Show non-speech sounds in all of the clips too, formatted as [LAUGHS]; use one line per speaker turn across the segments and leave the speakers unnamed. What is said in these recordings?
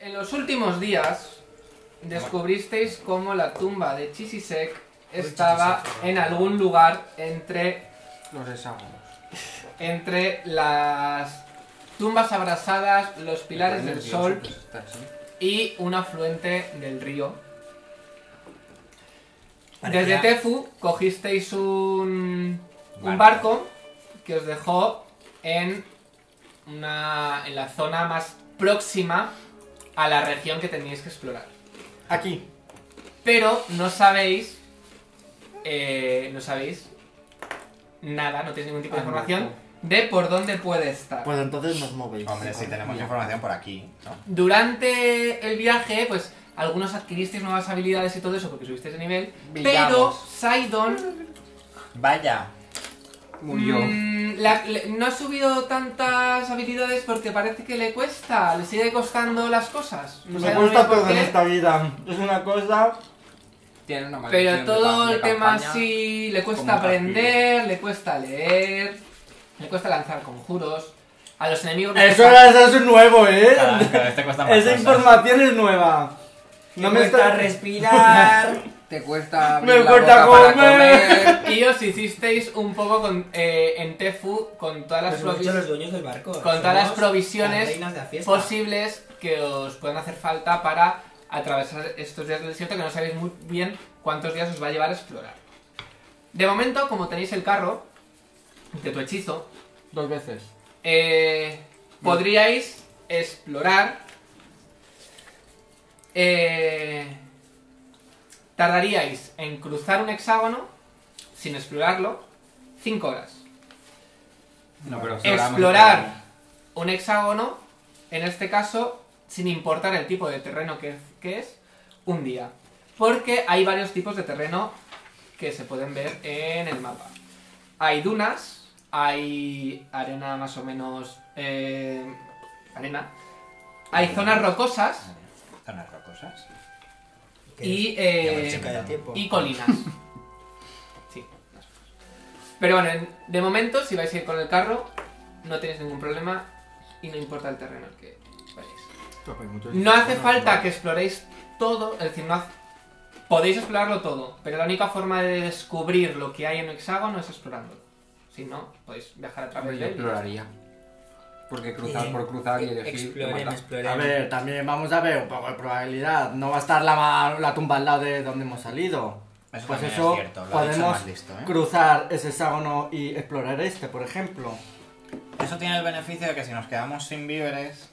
En los últimos días descubristeis cómo la tumba de Chisisek estaba en algún lugar entre
Los hexágonos.
entre las tumbas abrasadas, los pilares del sol y un afluente del río. Desde Tefu cogisteis un, un barco que os dejó en, una, en la zona más próxima a la región que teníais que explorar.
Aquí.
Pero no sabéis. eh, no sabéis nada, no tenéis ningún tipo de
Ah,
información
no.
de por dónde puede estar.
Pues entonces nos movéis.
Hombre, si tenemos información por aquí, ¿no?
Durante el viaje, pues algunos adquiristeis nuevas habilidades y todo eso porque subisteis de nivel. Pero
Brillamos.
Sidon
Vaya,
Murió.
mm, la- le- no ha subido tantas habilidades porque parece que le cuesta, le sigue costando las cosas. No
Me
sabemos
gusta
bien por
todo en
qué,
esta vida. Es una cosa.
Tiene una maldición
Pero
de
todo
pa- de
el tema
campaña.
así le cuesta
como un
aprender, le cuesta leer, le cuesta lanzar conjuros. A los enemigos les
Eso,
cuesta-
eso es nuevo, ¿eh?
cada, cada vez te cuesta más
[LAUGHS] Esa
cosas.
información es nueva.
No me cuesta [LAUGHS] respirar. Te cuesta. abrir
Me
la
cuesta
boca para
comer.
comer.
Y os hicisteis un poco con, eh, en Tefu con todas las
Nos hemos
provis-
hecho los dueños del barco.
con todas las
Somos
provisiones
las reinas de la fiesta.
posibles que os puedan hacer falta para atravesar estos días del desierto que no sabéis muy bien cuántos días os va a llevar a explorar. De momento, como tenéis el carro de tu hechizo,
Dos veces.
eh, podríais explorar. eh, tardaríais en cruzar un hexágono sin explorarlo 5 horas.
No, pero sobramos
Explorar un hexágono, en este caso, sin importar el tipo de terreno que, que es, un día. Porque hay varios tipos de terreno que se pueden ver en el mapa. Hay dunas, hay arena más o menos... eh, arena. Hay zonas rocosas
Zonas rocosas.
Que-
y,
Ya me
eh,
lo sé.
chica del tiempo.
y
[LAUGHS]
colinas. Sí. más o menos. Pero bueno, en- de momento, si vais a ir con el carro, no tenéis ningún problema y no importa el terreno al que vayáis. No hace falta que exploréis todo, es decir, no hace- podéis explorarlo todo, pero la única forma de descubrir lo que hay en un hexágono es explorándolo. Si no, podéis viajar a través
Yo
de él. y-
exploraría. Porque cruzar
Eh,
por cruzar y
eh,
elegir. lo
Exploren,
mata.
exploren.
A ver, también vamos a ver un poco de probabilidad. No va a estar la, ma- la tumba al lado de donde hemos salido.
Eso
pues
también
eso,
es cierto, lo ha dicho el
podemos
más listo, ¿eh?
cruzar ese hexágono y explorar este, por ejemplo.
Eso tiene el beneficio de que si nos quedamos sin víveres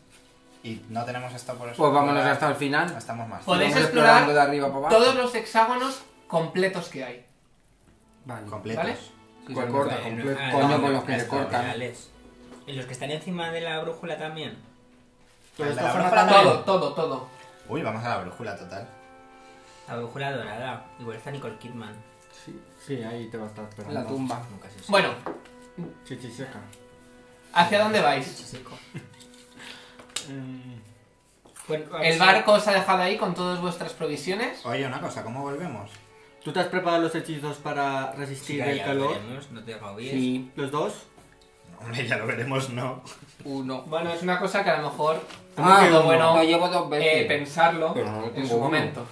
y no tenemos esto por eso.
Pues vámonos hasta el final.
Estamos más.
Podéis
Vamos
explorar
explorando de arriba para abajo.
Todos los hexágonos completos que hay.
Vale.
Completos.
¿Vale?
Sí,
Con-
se corta,
Eh,
completo.
ah,
Coño,
no,
con los que
esto,
se cortan.
reales. ¿Y los que están encima de la brújula también?
Pero
El de
esta
la
zona
brújula
también-
Todo, todo, todo.
Uy, vamos a la brújula total.
La brújula dorada. Igual está Nicole Kidman.
Sí, sí, ahí te va a estar esperando.
La tumba.
Nunca se sabe.
Bueno,
Chichiseca.
¿hacia dónde vais?
Chichiseco.
Mm,
Bueno, vamos
El
a-
barco os ha dejado ahí con todas vuestras provisiones.
Oye, una cosa, ¿cómo volvemos?
¿Tú te has preparado los hechizos para resistir
Chica,
el
ya
calor?
veremos, No te agobies.
Sí,
¿Los dos?
Hombre, ya lo veremos, no.
uno.
Bueno, es una cosa que a lo mejor
Ah,
ha sido
no,
pues bueno
Lo llevo dos
eh,
veces.
pensarlo
Pues Pero no
en
tengo
su
uno.
momento.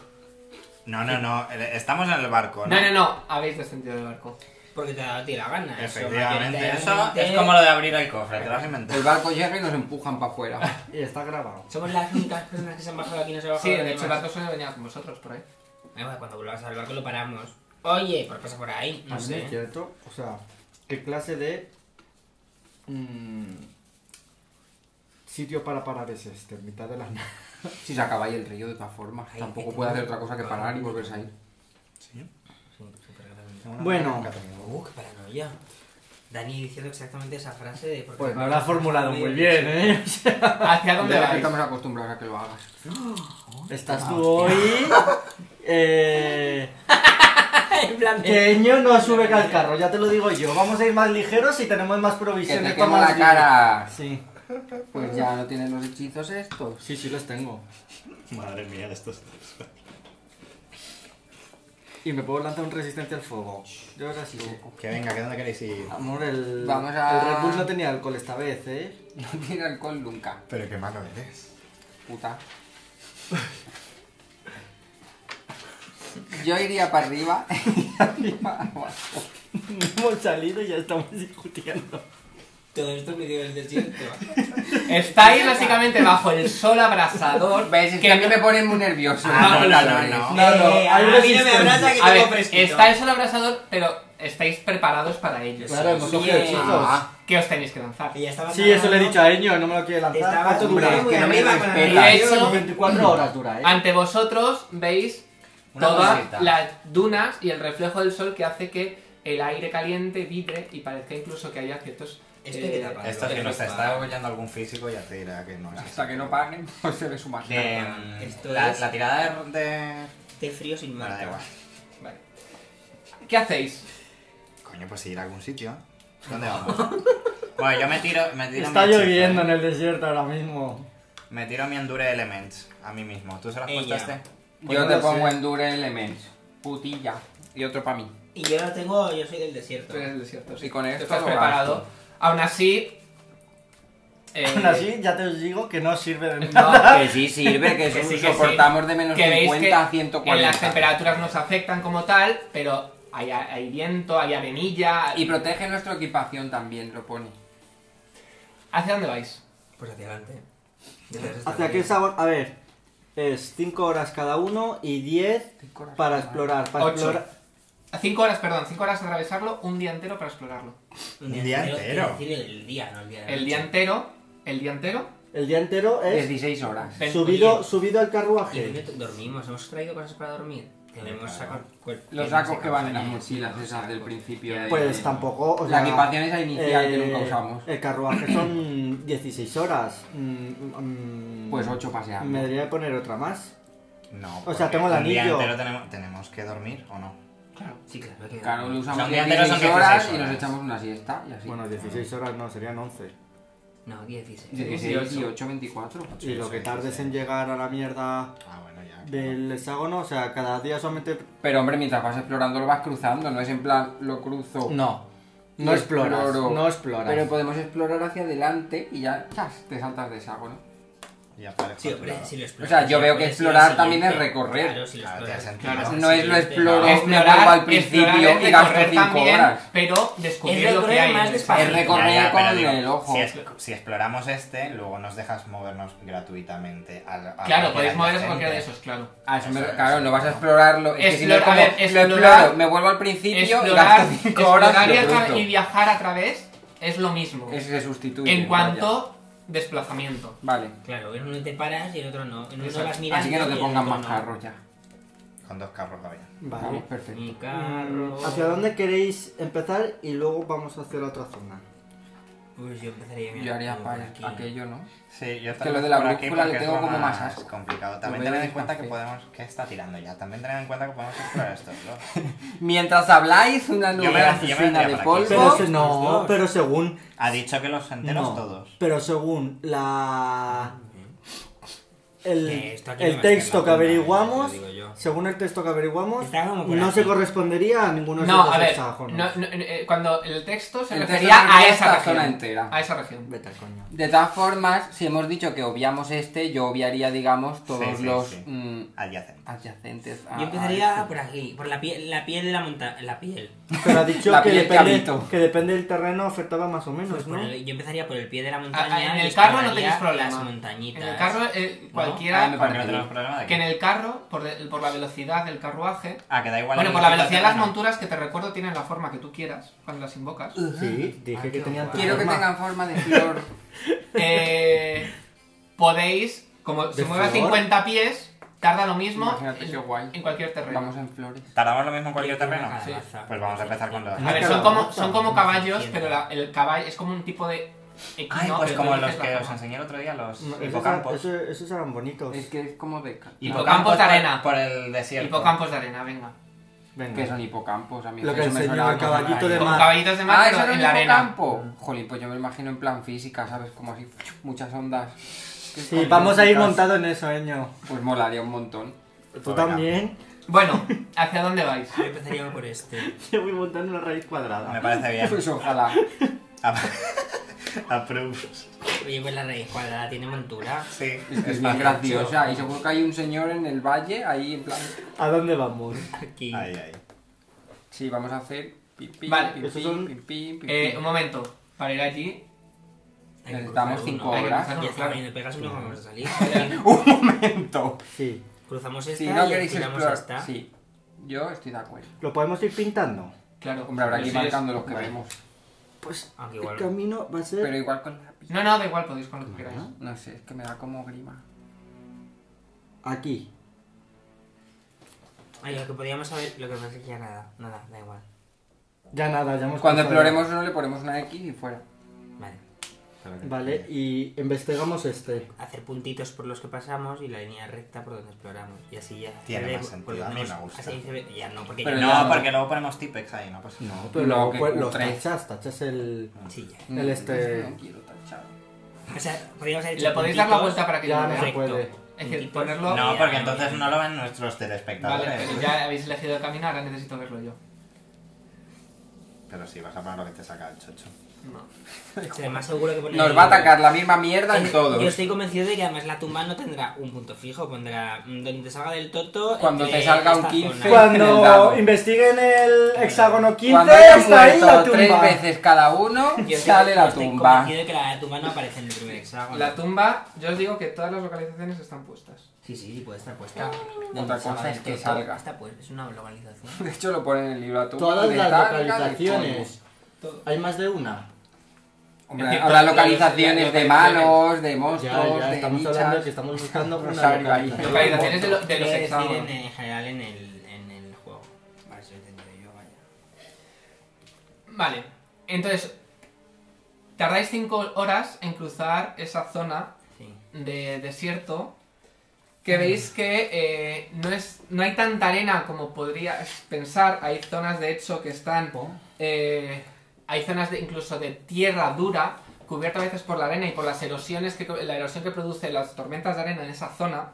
No, no, no. eh, Estamos en el barco, ¿no?
No, no, no, habéis descendido del barco.
Porque te ha dado a ti la gana. eso,
Efectivamente. Eso
mayoritariamente
es como lo de abrir el cofre, te lo has inventado.
El barco llega y nos empujan para [LAUGHS] afuera.
Y está grabado.
Somos las únicas personas que se han bajado aquí y no se ha bajado
Sí, de
nadie
hecho el
más.
barco suele venir con vosotros por ahí.
Da igual, cuando volvamos al barco lo paramos. Oye, pues pasa por ahí. No
También
sé.
es cierto. O sea, ¿qué clase de mm, sitio para parar es este? En mitad de la nada. [LAUGHS]
Si se acaba ahí el río, de todas formas.
Ay,
Tampoco
que
puede
tengo-
hacer otra cosa que parar y volverse ahí.
Sí.
Sí, súper gracioso.
Una
Bueno.
nunca he tenido.
Uh, qué paranoia. Dani diciendo exactamente esa frase de... porque
Pues
el
me
barco
habrá
se
formulado
mueve.
muy bien, [LAUGHS] ¿eh?
¿Hacia dónde
De la que
vais?
estamos acostumbrados a que lo hagas.
Estás tú hoy. [LAUGHS] Eh,
[LAUGHS] en plan de-
que Ño no sube al carro, ya te lo digo yo. Vamos a ir más ligeros y tenemos más
Que
provisiones
te
para
quemo
más
la
días.
cara.
Sí,
Pues ya no tienes los hechizos estos. [LAUGHS]
sí, sí, los tengo.
Madre mía, esto es.
Y me puedo lanzar un resistente al fuego. Yo ahora sí.
Que venga, que dónde queréis ir.
Amor, el,
Vamos a-
el Red Bull no tenía alcohol esta vez, ¿eh?
No tiene alcohol nunca.
Pero qué malo eres.
Puta. Yo iría para arriba [LAUGHS] y arriba abajo.
No [LAUGHS] hemos salido y ya estamos discutiendo.
Todo esto en medio del desierto.
Estáis básicamente bajo el sol
[LAUGHS]
abrasador.
¿Ves? Es que a mí me ponen muy nervioso.
Ah, no, no, no, no.
No, no,
Eh,
hay
a mí no me
resistencia.
abraza que
A
tengo
ver,
fresquito.
está el sol abrasador, pero estáis preparados para ello.
Claro, hemos cogido
Bien.
hechizos.
Ah,
¿Qué os tenéis que lanzar?
Que ya estaba
Sí, eso le he
nadando.
dicho a Eño, no me lo quiere lanzar.
Estaba
¿Cuánto
muy
dura?
bien,
que no me
arriba con la
respeta.
nariz. Eso-
24 horas dura, ¿eh?
Ante vosotros veis
Una
todas
cosita.
las dunas y el reflejo del sol que hace que el aire caliente vibre y parezca incluso que haya ciertos. eh,
Este que tapa.
Esto si nos está oyendo algún físico ya te dirá que no es
Hasta
así.
que no paguen, [LAUGHS] no se ve su magia.
De, mm,
Esto
la,
es-
la tirada de... de-
De frío sin
Bueno,
mar.
da igual.
Vale. ¿Qué hacéis?
Coño, pues ir a algún sitio. ¿Dónde vamos? bueno, yo me tiro... Me tiro
Está
mi hechizo,
lloviendo
¿eh?
en el desierto ahora mismo.
Me tiro mi Endure Elements a mí mismo. ¿Tú se las has puesto a
Ella.
este?
Yo te pongo Endure Elements, putilla. Y otro para mí.
Y yo lo tengo, yo soy del desierto.
Tú eres del desierto.
Y con
Tú
esto
estás
lo
preparado.
gasto.
Aún así. eh,
[LAUGHS] Aún así, ya te os digo que no sirve de nada.
no,
[LAUGHS]
Que sí sirve, que,
Que
eso
sí, que
soportamos de menos
que veis
50 a
que
140.
en las temperaturas nos afectan como tal, pero hay, hay viento, hay arenilla.
Y protege nuestra equipación también, lo pone.
¿Hacia dónde vais?
Pues hacia adelante.
¿Hacia qué sabor? A ver, es 5 horas cada uno y 10
¿eh?
para explorar. Para
Ocho.
explorar.
Cinco horas, perdón, cinco horas atravesarlo, un día entero para explorarlo.
Un día entero.
Es decir, el día, no el día de la
El día
noche.
entero, el día entero,
El día entero es
16 horas.
ven-
subido,
oye,
subido al
Y dónde
carruaje.
t- dormimos, hemos traído cosas para dormir. Tenemos
Claro.
sacos. cuer-
Los
tenemos
sacos que van en las
sacos,
mochilas
los
esas del
sacos.
principio. de-
Pues tampoco. O sea,
La equipación esa inicial que
eh,
nunca usamos.
El carruaje son 16 horas. Mm, mm,
Pues 8 paseamos.
Me debería poner otra más.
No.
O sea,
porque
tengo el
Un día
anillo.
entero tenemos, tenemos que dormir, ¿o no?
claro.
Sí, claro. que-
Claro, lo usamos
Son
16,
dianteros, son 16
horas y
horas.
nos echamos una siesta y así.
Bueno, 16 horas no, serían 11.
No, 16.
16 y
18.
8, 24.
Y lo que
sí,
tardes
sí.
en llegar a la mierda
Ah, bueno, ya.
del hexágono, o sea, cada día solamente.
Pero hombre, mientras vas explorando lo vas cruzando, no es en plan lo cruzo.
No.
lo
No exploras.
exploro.
No exploras.
Pero podemos explorar hacia adelante y ya chas, te saltas de hexágono.
Ya parece
Sí, hombre,
otro
si
lado.
lo
O sea, yo veo que
exploras,
explorar
lo
también
siguiente.
es recorrer.
Claro, si lo
Claro,
exploras.
tiene sentido.
Claro,
No
si
es lo exploro,
exploras.
me vuelvo al
explorar
principio
es
y gasto
recorrer
5
también,
horas.
pero descubrir
Es
lo que
recorrer
hay.
más
en el-
despacio.
Es recorrer
Ya, ya,
con
pero digo,
el ojo.
Si, es- si exploramos este, luego nos dejas movernos gratuitamente al.
Claro,
a cualquier
podéis moveros a cualquiera de
adyacente.
esos, claro.
Ah, eso me-
Eso es.
claro, no vas a explorarlo. Es que si no es
Explora- a
como,
ver,
lo
explorar-
exploro, me vuelvo al principio y
Explorar,
gasto 5 horas.
explorar
y
y,
lo
atra-
cruzo.
y viajar a través es lo mismo.
Ese se sustituye.
en
vaya.
cuanto desplazamiento.
Vale.
Claro, en uno te paras y en otro no. En uno
Exacto.
vas mirando.
Así que no
y
te
en
pongas
otro
más
no.
carros ya.
Con dos carros todavía.
Vale.
Vamos, perfecto.
Mi carro.
¿Hacia dónde queréis empezar y luego vamos hacia la otra zona?
Pues yo empezaría a mirar
Yo haría
por
para
aquí.
aquello, ¿no?
Sí, yo
Que lo de la
por aquí
brújula le
porque es
tengo
lo
como más
más
asco.
complicado.
Lo
También
veo
tened en
más
cuenta que
feo.
podemos. ¿Qué está tirando ya? También tened en cuenta que podemos explorar estos dos.
Mientras habláis, una
Yo me-
nube
yo me
asesina
vendría
de
por aquí.
Pero
polvo.
se- no, pero según.
Ha dicho que los enteros
no,
todos.
Pero según la. El,
Eh, esto aquí
el
no me
texto
hace
que
la pena,
averiguamos,
ya te digo yo.
según el texto que averiguamos,
Está como por
no se
aquí.
correspondería a ninguno de
No,
los
a ver,
hexágonos.
no- no- eh, cuando el texto se
El texto
refería a
refería a
esa
esta zona
región.
entera.
A esa región.
Vete al coño.
De todas formas, si hemos dicho que obviamos este, yo obviaría, digamos, todos
Sí, sí,
los
sí.
mm,
Adyacentes.
adyacentes. a-
Yo
a
empezaría
este.
por aquí, por la piel, la piel de la montaña. La piel.
Pero ha dicho
La
que,
piel
depende,
cabrito.
que depende del terreno afectaba más o
Pues
menos, ¿no?
Por el- yo empezaría por el pie de la montaña.
Ah, ah, en
y
el carro no
exploraría
tenéis problema.
Las montañitas.
En el carro, eh,
Ah,
cualquiera.
me
¿Por qué
parece
no tenemos
bien.
problema de
que en
aquí?
el carro, por, de- por la velocidad del carruaje.
Ah, que da igual.
bueno,
el
por la
tipo de
velocidad de las
terreno.
monturas que te recuerdo tienen la forma que tú quieras cuando las invocas. [LAUGHS]
Sí, dije
Ah,
que
qué
tenían
guay.
Quiero que
forma.
tengan forma de
[LAUGHS]
flor.
Eh, podéis, como se
¿De
mueve a
flor?
50 pies, tarda lo mismo
Imagínate qué guay.
en, en cualquier terreno.
Vamos en flores.
¿Tardamos lo mismo en cualquier
Sí,
terreno?
una
Sí.
calabaza.
Pues vamos a empezar con los.
Ah, A ver, son
Ah, claro,
como,
gusta.
son como caballos,
Sí,
pero la- el caballo es como un tipo de equino,
Ay, pues
pero
como
tú
los
eliges la
que os
forma.
enseñé el otro día, los
No, esos eran-
hipocampos.
Esos, esos eran bonitos.
Es que es como de. ca-
Hipocampos de
por-
arena.
Por el desierto.
Hipocampos de arena, venga.
Venga.
Que son hipocampos, a mí
Lo
eso
que
me
enseñó
sonaba
el
más
caballito de
raro.
Con
mar.
caballitos de mar,
Ah,
pero
eso era
en
un
la arena.
hipocampo. Jolín, pues yo me imagino en plan física, ¿sabes? Como así, muchas ondas.
Sí, vamos a ir
montando
montado en eso, Eño.
Pues molaría un montón. [LAUGHS]
Tú
Venga.
[LAUGHS] también.
[LAUGHS] Bueno, ¿hacia dónde vais?
Yo empezaría por este.
Yo voy montando una raíz cuadrada.
Me Ah, parece bien. Ah,
Pues ojalá.
[LAUGHS] Approves.
Oye, pues la raíz cuadrada tiene montura.
Sí.
Es que es bien
fácil.
graciosa. Y seguro que hay un señor en el valle, ahí en plan.
¿A dónde vamos?
Aquí.
Ay, ay.
Sí, vamos a hacer. Pim, pim,
Vale,
pim,
esos
pim,
son-
pim, pim, pim,
Eh,
[LAUGHS] pim.
un momento, para ir allí.
Hay que
Necesitamos
cruzar
cinco
uno.
Hay que
horas.
cruzar
Ya
uno,
está,
claro.
me pegas uno vamos
[LAUGHS]
a salir.
Un momento.
Sí.
Cruzamos esta
Si no
y
queréis
tiramos
explorar.
esta.
Sí, yo estoy de acuerdo.
¿Lo podemos ir pintando?
Claro,
Hombre, habrá que ir
Sí, es-
marcando los que
Vale.
vemos.
Pues
Aunque
el
igual.
camino va a ser...
Pero igual con lápiz.
No, no, da igual, podéis con lo que queráis.
No sé, es que me da como grima.
Aquí.
Ay, lo que podíamos saber, lo que pasa es que ya nada, nada, da igual.
Ya nada, ya hemos
Cuando
pasado.
exploremos uno le ponemos una X y fuera.
Vale.
Vale, y investigamos este.
Hacer puntitos por los que pasamos y la línea recta por donde exploramos. Y así ya.
Tiene
se ve
más
por
sentido,
donde
a mí me
nos-
gusta.
Así se ve- Ya no, porque
Pero
ya
ya
No, porque luego ponemos Tipex ahí, no pasa nada.
No, pero
Lo
luego
que
pues, los
cutre.
tachas, tachas el...
Sí, ya.
Mm,
El este-
No quiero tachar.
O sea, podríamos haber hecho
Le podéis dar la
puntitos,
vuelta para que
Ya
yo lo
no
vea.
se puede.
Es que
Puntitos.
ponerlo.
No,
Mira,
porque
mira,
entonces
mira.
no lo ven nuestros
Vale,
telespectadores.
pero ya habéis elegido el camino, ahora necesito verlo yo.
Pero sí, vas a poner lo que te saca el chocho.
No.
Será más seguro que
Pues
poner-
Nos va a atacar la misma mierda en
Eh,
todos.
Yo estoy convencido de que además la tumba no tendrá un punto fijo, pondrá mm, donde te salga del toto.
Cuando
entre
te salga un
esta
15.
zona.
Cuando [LAUGHS] En el dado.
investiguen el hexágono
Cuando hayan muerto tres veces cada uno,
Yo estoy-
sale la
estoy
tumba.
convencido de que la tumba no aparece en el primer hexágono.
La tumba, yo os digo que todas las localizaciones están puestas.
Sí, sí, sí, puede estar puesta.
Otra cosa
salga
es
del
que
toto,
salga.
Está pues, es una globalización.
De hecho, lo ponen en el libro a tu
Todas
de
las
tal,
localizaciones.
Todo.
Hay más de una.
de-
[LAUGHS]
Hombre,
Es cierto,
habrá
la-
localizaciones
las
de
localizaciones.
manos, de
Ya,
monstruos,
ya,
de
estamos hablando de
bichas.
que estamos [LAUGHS] buscando una
Rosario ahí.
localización.
Localizaciones de, lo- de
Quiere
los
decir
hexágonos.
en, eh, general en el, en el juego. Vale, eso lo he entendido yo, vaya.
Vale, entonces, tardáis 5 horas en cruzar esa zona
Sí.
de desierto que veis que eh, no, es, no hay tanta arena como podrías pensar. Hay zonas, de hecho, que están...
Oh.
eh, hay zonas de, incluso de tierra dura, cubierta a veces por la arena y por las erosiones, que, la erosión que produce las tormentas de arena en esa zona.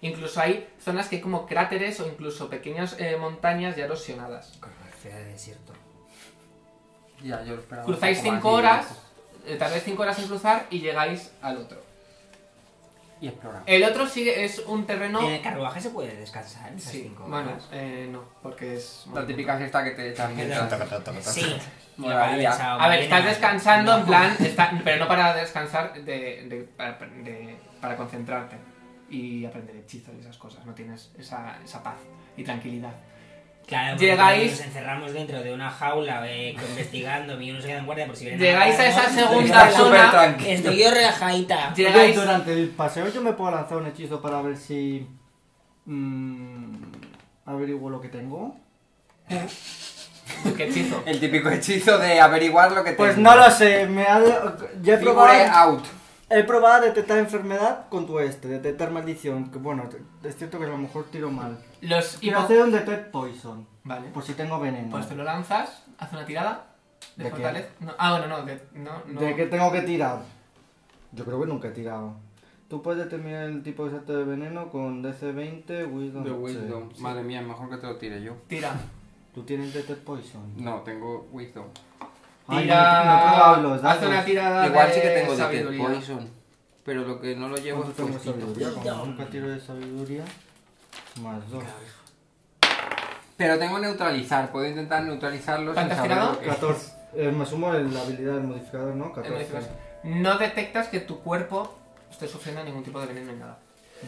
Incluso hay zonas que hay como cráteres o incluso pequeñas eh, montañas ya erosionadas.
Corrección de desierto.
Ya, yo lo esperaba Ah, un
Cruzáis
poco más
5
y-
horas, eh, tardáis 5 horas en cruzar y llegáis al otro.
Y exploramos.
El otro sigue, es un terreno...
¿En el carruaje se puede descansar esas
Sí,
cinco
bueno,
horas?
eh, no, porque es...
La típica cesta que te echas mientras.
Toca, toca, toca,
Sí.
toca.
me lo había
Molaría.
pensado,
A ver,
Marina.
estás descansando
No.
en plan, está- pero no para descansar de, de- para, de- para concentrarte y aprender hechizos y esas cosas. No tienes esa, esa paz y tranquilidad.
Claro, porque
Llegáis-
Nos encerramos dentro de una jaula [LAUGHS] eh, investigando, y uno se queda en guardia por si viene.
Llegáis a esa segunda
Está súper
zona.
tranquilo.
Estoy yo relajadita.
Lle- Llegáis-
durante el paseo yo me puedo lanzar un hechizo para ver si... mm, averiguo lo que tengo.
¿Qué hechizo?
El típico hechizo de averiguar lo que te.
Pues no lo sé, me ha... Yo he
Figure
probado...
out.
He probado detectar enfermedad con tu este, detectar maldición, que bueno, es cierto que a lo mejor tiro mal.
Los
Y
hipo-
hacer un detect poison,
Vale.
por si tengo veneno.
Pues te lo lanzas, haz una tirada. ¿De,
¿De qué?
fortaleza? No, ah, bueno, no, de, no, no.
¿De qué tengo que tirar? Yo creo que nunca he tirado. Tú puedes determinar el tipo exacto de veneno con DC20, Wisdom.
De
sí.
wisdom. Madre mía, mejor que te lo tire yo.
Tira.
Tú tienes Detect Poison.
No, tengo wisdom.
Ay,
Tira.
no, no he probado los
haz
dados.
una tirada
Igual
de
sí que tengo de
sabiduría.
poison. Pero lo que no lo llevo
¿Cuánto
es
tengo de
puestito.
sabiduría? Como nunca tiro de sabiduría. Más dos.
Pero tengo neutralizar. Puedo intentar neutralizarlo sin
¿Cuánto has
saber
tirado?
lo que es.
14. Eh, me sumo el- la habilidad del modificador, ¿no? 14.
No detectas que tu cuerpo esté sufriendo ningún tipo de veneno ni nada.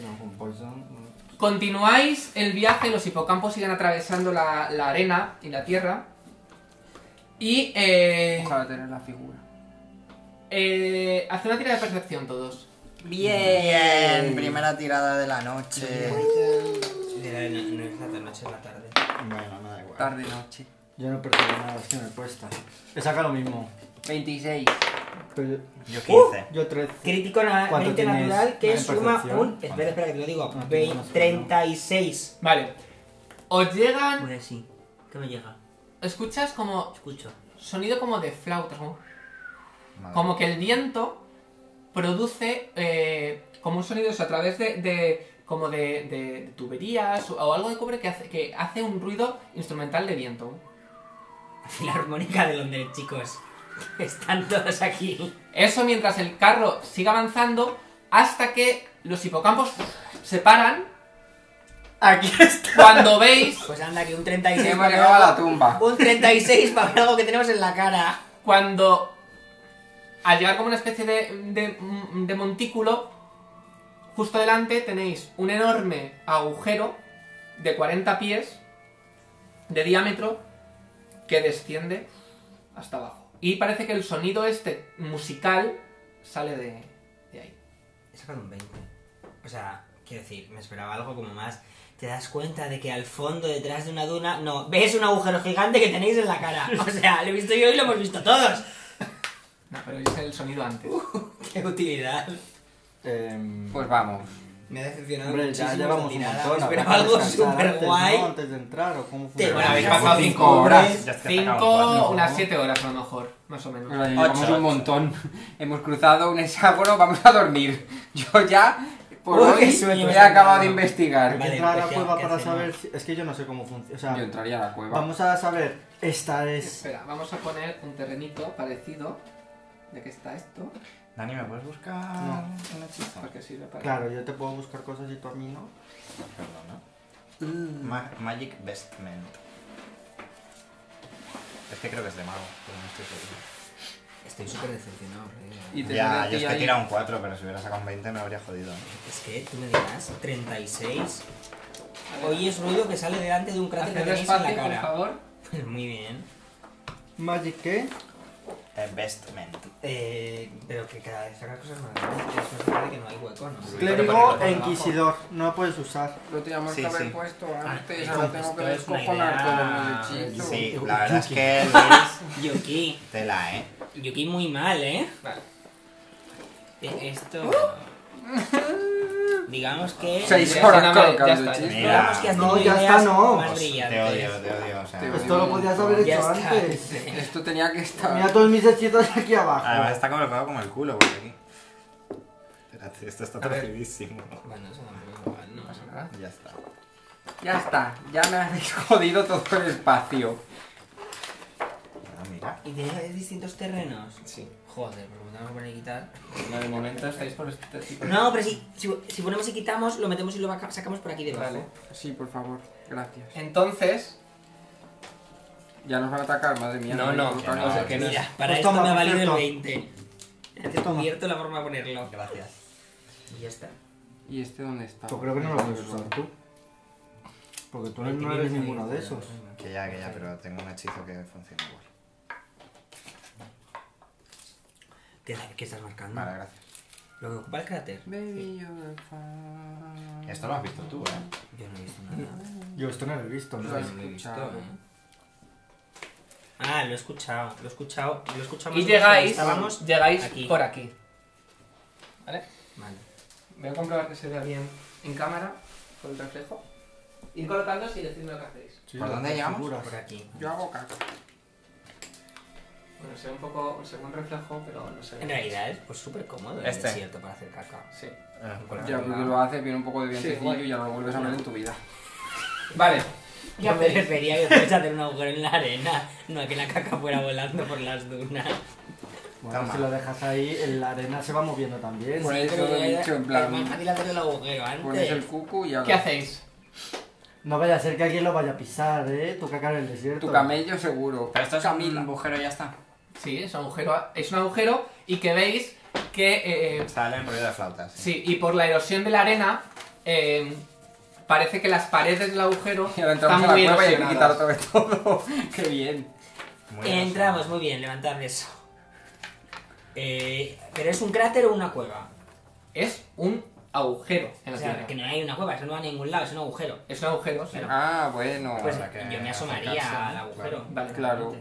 No, con Poison.
Continuáis el viaje, los hipocampos siguen atravesando la, la arena y la tierra. Y eh,
Ojalá tener la figura.
eh, haz una tira de percepción todos.
Bien, primera tirada de la noche.
Literal, No, no es la noche, es la tarde.
Bueno, no da igual.
Tarde, noche.
Yo no percibo nada, es que me cuesta. He sacado lo mismo.
26.
Pero yo,
Yo 15.
yo 13.
Crítico na
¿Cuánto
20
tienes?
natural que
Vale,
suma
percepción.
un. Espera, espera, que te lo digo.
No,
Ve-
no, no, no.
36.
Vale. Os llegan...
Pues sí, que me llega.
Escuchas como
Escucho.
sonido como de flautas. Como,
Madre
como
mía.
que el viento produce eh, como un sonido o sea, a través de... de- como de, de- de tuberías o, o algo de cobre que hace, que hace un ruido instrumental de viento.
La armónica de Londres, chicos. [LAUGHS] Están todos aquí.
Eso mientras el carro sigue avanzando hasta que los hipocampos se paran
Aquí está.
cuando veis
Pues anda, que un 36
Hemos
va a haber
llegado a la
algo-
tumba.
Un 36 para algo que tenemos en la cara.
cuando al llegar como una especie de, de- de montículo, justo delante tenéis un enorme agujero de 40 pies de diámetro que desciende hasta abajo. Y parece que el sonido este musical sale de, de ahí.
He sacado un 20. O sea, quiero decir, me esperaba algo como más. Te das cuenta de que al fondo, detrás de una duna, no, ves un agujero gigante que tenéis en la cara. O sea, lo he visto yo y lo hemos visto todos.
No, pero es el sonido antes.
¡Qué utilidad!
Em,
Pues vamos.
Me ha decepcionado
hombre, ya llevamos un montón. habrá
Esperaba
que
algo
descansar
súper
antes,
guay.
¿no? Antes de entrar o cómo
Te-
funciona?
bueno, habéis
Ya son
pasado
cinco
cinco
horas.
horas.
Ya es que te acaban
Cinco,
jugando.
unas siete horas a lo mejor, más o menos.
Bueno, llevamos
Ocho.
un montón. [LAUGHS] Hemos cruzado un hexágono, vamos a dormir. [LAUGHS] Yo ya, por
Uy, qué
hoy,
sueño,
he
me han
acabado
dado.
de investigar.
Hay que
Vale,
entrar a la
pues ya,
cueva
¿qué
para
hacemos?
saber. si- Es que yo no sé cómo funciona. O sea,
Yo entraría a la cueva.
vamos a saber. Esta es.
Espera, vamos a poner un terrenito parecido. ¿De qué está esto?
Dani, ¿me puedes buscar
No.
un hechizo?
Porque sirve para...
Claro, yo te puedo buscar cosas y tú a mí no.
Perdón, ¿no? Ma- Magic Vestment. Es que creo que es de mago, pero no estoy seguro.
Estoy súper decepcionado. eh.
Y te sale
Ya,
a
yo
ti
es que he
ahí.
tirado un 4, pero si hubiera sacado un 20 me habría jodido.
Es que tú me dirás, 36. Oyes ruido que sale delante de un cráter que
Haced
tenéis en la
espacio, por
cara.
favor.
Pues muy bien.
Magic, ¿qué?
Pues
Eh, Vestment.
Eh, pero que cada vez sacas cosas más grandes. Es más grande que no hay hueco, ¿no?
Sí.
Clérigo
ponerlo
e
por
Inquisidor. No lo puedes usar.
Lo teníamos
Sí,
que haber
sí.
puesto
Ah,
antes,
y
ahora
con
tengo que
esto es una
descojonar
idea.
todo el hechizo.
Sí,
Yuki.
la verdad es que Luis
Yuki.
tela, ¿eh?
Yuki muy mal, ¿eh?
Vale.
Eh, Esto... Digamos que...
Seis
Sí,
horas
sí, no, ya está,
colocando el
ya
hechizo.
está.
Digamos que has
Mira.
tenido
No, ya está,
ideas
no.
más
Os- Te
brillantes.
odio, te odio, o sea...
Te odio.
Esto lo podías haber
Ya
hecho
está.
antes.
Esto tenía que
Mira
estar.
todos mis hechizos aquí
Ah,
Además
abajo.
está colocado como el culo, porque aquí... Espérate, esto está
ver.
torcidísimo.
Bueno, eso tampoco es mal, no pasa nada.
Ya está.
Ya está, ya me habéis [LAUGHS] jodido todo el espacio.
Ah, mira.
Y de distintos terrenos.
Sí.
Joder, pues lo tenemos que poner y quitar.
No, de momento estáis por este tipo de...
No, pero si, si, si ponemos y quitamos, lo metemos y lo baca- sacamos por aquí debajo.
Vale.
Sí, por favor, gracias.
Entonces,
Ya nos van a atacar, madre mía.
No,
me
no,
equivoco,
que no,
no sé
que
qué.
no.
Mira, para
Pues
esto
toma,
me ha valido
perfecto.
el 20. Te
Toma.
invierto la forma de ponerlo.
Gracias.
Y ya está.
¿Y este dónde está?
Yo creo que no lo puedes usar tú. Porque tú no eres ninguno de esos.
Que ya, que ya, pero tengo un hechizo que funciona igual.
¿Qué, qué estás marcando?
Vale, gracias.
Lo que ocupa el cráter.
Baby, you're fine.
Esto lo has visto tú, ¿eh?
Yo no he visto nada.
Yo esto no lo he visto,
Lo
¿no?
has
No lo he visto,
escuchado.
¿eh? Ah, lo he escuchado, lo he escuchado, lo he escuchado
y
más o menos cuando
llegáis,
Estábamos.
llegáis
aquí.
por aquí. ¿Vale?
Vale.
Voy a comprobar que se vea bien en cámara, con el reflejo. Ir colocándose y decidme lo que hacéis.
Sí,
¿Por
las
dónde llegamos?
figuras.
Por aquí.
Yo hago caca.
Bueno, se ve un poco, se ve un reflejo, pero no se ve.
En realidad es pues súper cómodo
Este.
el desierto para hacer caca.
Sí.
Eh,
Ya, porque lo haces, viene un poco de vientecillo
guay.
y ya no lo vuelves a ver en tu vida.
Vale.
Yo me
hacéis?
refería que puedes hacer un agujero en la arena, no a que la caca fuera volando por las dunas.
Bueno,
Toma.
si lo dejas ahí, en la arena se va moviendo también.
Por eso
Pero
lo he
era-
dicho, en
Es más
plan.
fácil hacer el agujero antes.
Pones el cucu y ya.
¿Qué hacéis?
No vaya a ser que alguien lo vaya a pisar, ¿eh? Tu caca en el desierto.
Tu camello seguro.
Pero esto es un
Camila.
agujero y
[LAUGHS]
ya está.
Sí, es un agujero, es un agujero y que veis que eh,
Sale en ruido de flautas.
Sí, y por la erosión de la arena, eh, parece que las paredes del agujero
[LAUGHS] Y ahora entramos
están
a la
muy
cueva y hay que quitar
erosionadas.
otra vez todo. [LAUGHS] Qué bien.
Entramos, muy bien, levantad eso. Eh, pero es un cráter o una cueva.
Es un agujero en
O
la
sea,
tierra.
que no hay una cueva, eso no va a ningún lado, es un agujero.
Es un agujero, sí.
Claro.
Ah, bueno.
Pues
habrá que
yo me asomaría
acercarse,
al
¿no?
agujero.
Vale,
Claro.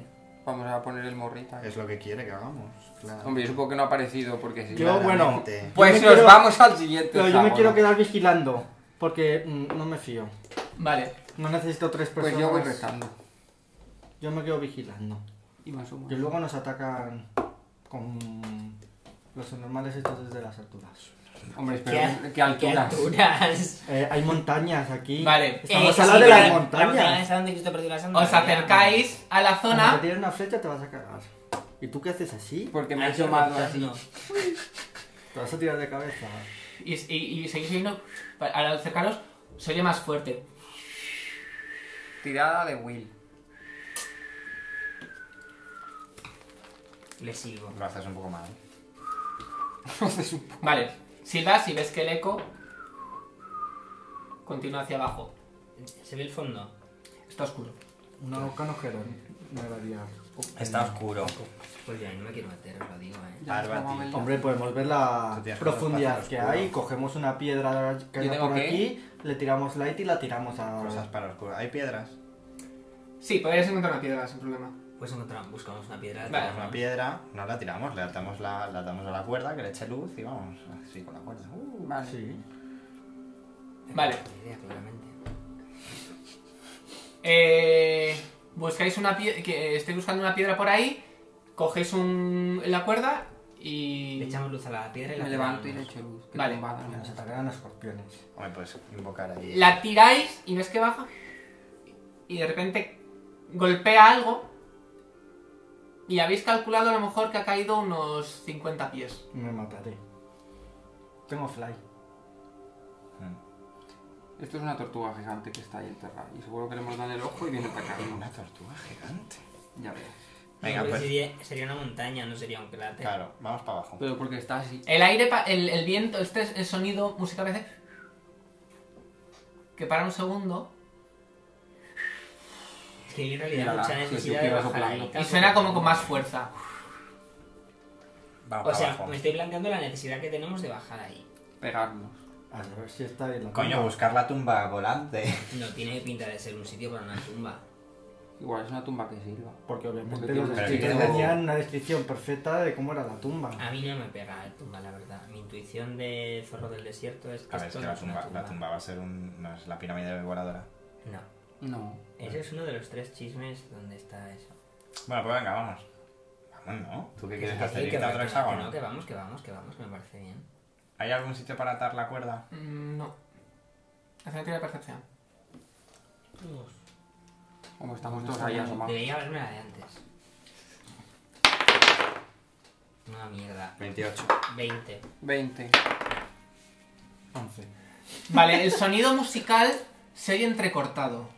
Vamos a poner el morrita.
Es lo que quiere que hagamos. Claro.
Hombre, yo supongo que no ha aparecido porque sí.
Yo, bueno.
Claramente.
Pues
yo me
nos
quiero-
vamos al siguiente.
Pero yo me
hexágono.
quiero quedar vigilando. Porque mm, no me fío.
Vale.
No necesito tres
Pues
personas.
yo voy rezando.
Yo me quedo vigilando.
Y me asomo.
Que luego nos atacan con los normales estos desde las alturas.
Hombre, espero
¿Qué,
que- que alturas.
¿Qué alturas?
Eh, hay montañas aquí.
Vale.
Estamos
Eh,
al
sí,
lado de
la-
las
La montaña
montañas.
está donde Cristo perdió la santa.
Os acercáis a la
Cuando te
zona
tiren una flecha te vas a cagar. ¿Y tú qué haces así?
Porque me
Ahí
ha tomado así.
rozando.
Te vas a tirar de cabeza.
Y, es- y, y seguís oyendo, pa- al cercanos se oye más fuerte.
Tirada de Will. [LAUGHS]
Le sigo.
Lo haces un poco mal.
Vale, si vas y ves que el eco continúa hacia abajo.
¿Se ve el fondo?
Está oscuro.
No, canojero. Me agradaría.
Está oscuro.
Pues ya, no me quiero meter, os lo digo, eh.
Ya
Barba,
estaba
tío.
bailando.
Hombre, podemos ver la
Tú tienes
profundidad
cosas
que
oscuras.
hay. Cogemos una piedra que hay
Yo tengo
por
que-
aquí, le tiramos light y la tiramos a.
Cosas para oscuro. Hay piedras.
Sí, podrías encontrar una piedra sin problema.
Pues encontramos, buscamos una piedra.
Vale,
tiramos.
Una piedra, no la tiramos, le atamos la, la atamos a la cuerda, que le eche luz y vamos así con la cuerda. Uh,
Vale.
Sí.
Vale.
Ni idea, claramente.
Eh, buscáis una piedra, que estoy buscando una piedra por ahí, cogéis un, la cuerda y...
Le echamos luz a la piedra y la
Me levanto y le
tiramos.
echo luz.
Vale.
Nos atacarán escorpiones.
Hombre, puedes invocar ahí.
La tiráis y ves que baja y de repente golpea algo y habéis calculado a lo mejor que ha caído unos 50 pies.
Me mataré. Tengo fly.
Mm.
Esto es una tortuga gigante que está ahí enterrada. Y seguro que le hemos dado en el ojo y viene a
Una
atacarnos.
tortuga gigante.
Ya verás.
Venga,
Hombre,
pues.
sería, sería una montaña, no sería un cráter.
Claro, vamos para abajo.
Pero porque está así.
El aire, pa- el, el viento, este es el sonido musical que hace que para un segundo
Es que en realidad
Mírala,
mucha
si
necesidad de
supiera
bajar
soplarlo.
ahí.
y suena como con más fuerza.
Vamos
O
para
sea,
abajo.
me estoy planteando la necesidad que tenemos de bajar ahí.
Pegarnos.
A ver si está ahí la
Coño,
tumba.
buscar la tumba
[LAUGHS]
volante.
No tiene pinta de ser un sitio para una tumba.
Igual es una tumba que sirva.
Porque obviamente
Porque
los
tiene-
escritores
pero-
tenían una descripción perfecta de cómo era la tumba.
A mí no me pega la tumba, la verdad. Mi intuición de zorro del desierto es que
A ver, es
esto
que
no
la
es una
tumba,
tumba.
la tumba va a ser un. No es la pirámide voladora.
No.
No.
Ese es uno de los tres chismes donde está eso.
Bueno, pues venga, vamos. Vamos, ¿no? ¿Tú qué quieres
Que sí,
hacer?
que
¿Irte a
va,
otro
que va, que
hexágono?
No, que vamos, que vamos, que vamos, que me parece bien.
¿Hay algún sitio para atar la cuerda?
Mm, No. Hace una tira de percepción.
Como estamos todos ahí asomados.
Debería haberme la de antes. Una mierda.
28.
20.
20.
11.
Vale, el sonido musical se oye entrecortado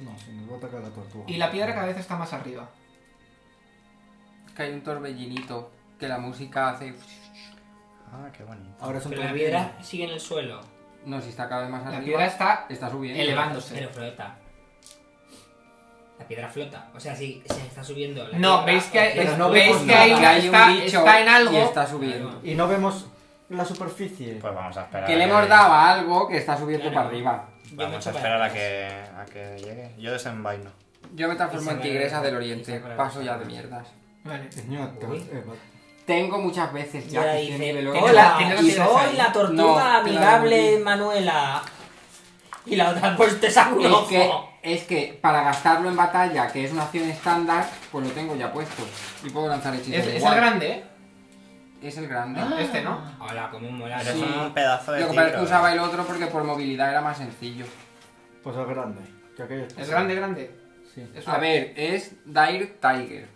No, si nos va a atacar la tortuga.
y la piedra cada vez está más arriba.
Es que hay un torbellinito que la música hace.
Ah, qué bonito.
Ahora es un
Pero la
torbellino.
piedra sigue en el suelo.
No, si está cada vez más
La
arriba.
piedra está
Está subiendo.
elevándose.
Pero flota. La piedra flota. O sea, sí, se está subiendo. la
No,
piedra,
veis que,
o-
Pero no
veis
vemos
que
nada.
hay,
Que hay
está,
un bicho
está en algo.
Y está subiendo.
Y no vemos la superficie.
Pues vamos a esperar.
Que
a
le hemos dado a algo que está subiendo
Claro.
para arriba.
Yo me
Vamos
echo
a
para
esperar a
atrás.
que, a que llegue. Yo desenvaino.
Yo me transformo
Y se
en
va-
tigresa del
y
oriente.
se va-
Paso ya de mierdas.
Vale.
Señor, te-
Uy.
eh, va-
Tengo muchas veces
Ya
ya que
dice,
se niveló.
hola,
Tiene-
y
tiene los
soy
ahí.
la tortuga
No, te la
amigable
devolví.
Manuela. Y la otra, pues te saco un
Es
ojo.
que, es que para gastarlo en batalla, que es una acción estándar, pues lo tengo ya puesto. Y Ah. puedo lanzar hechizos.
Es, es el
igual.
grande, ¿eh?
Es el grande.
Este, ¿no?
Hola, como mola.
Eres
Sí.
un pedazo de ¿eh?
Lo que pasa es
tigre.
que usaba el otro porque por movilidad era más sencillo.
pues es grande. Que aquello está-
Es grande, grande.
Sí.
Es
A
una-
ver, es Dire Tiger.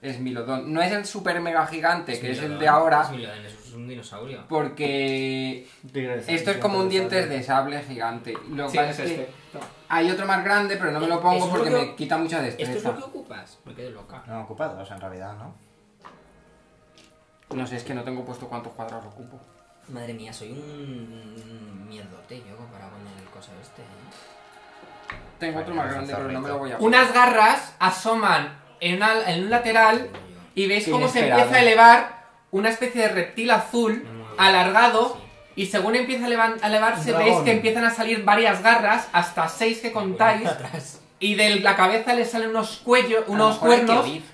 Es Milodon. No es el super mega gigante, que es el de ahora,
Es Milodón, es un dinosaurio.
porque
Tigresa,
esto es como un dientes
sable.
de sable gigante. Lo que
Sí,
pasa
es
es que
este. Toma.
hay otro más grande, pero no me lo
Eso
pongo
es
porque
lo que-
me quita mucha
¿Esto es lo que
destreza.
ocupas? Me quedo loca.
No, ocupa dos en realidad, ¿no?
No sé, es que no tengo puesto cuántos cuadrados ocupo.
Madre mía, soy un mierdote yo comparado con el coso este. ¿eh?
Tengo otro más
es un
grande, pero no me lo voy a poner.
Unas garras asoman en, una- en un lateral
Como yo.
y veis
Qué
cómo se
inesperado.
empieza a elevar una especie de reptil azul
Me muevo.
alargado.
Sí.
Y según empieza a, levan- a elevarse,
Un
veis
dragón.
que empiezan a salir varias garras, hasta seis que contáis,
Atrás.
y de la cabeza le salen unos cuellos,
A lo
unos
mejor hay que
cuernos
huir.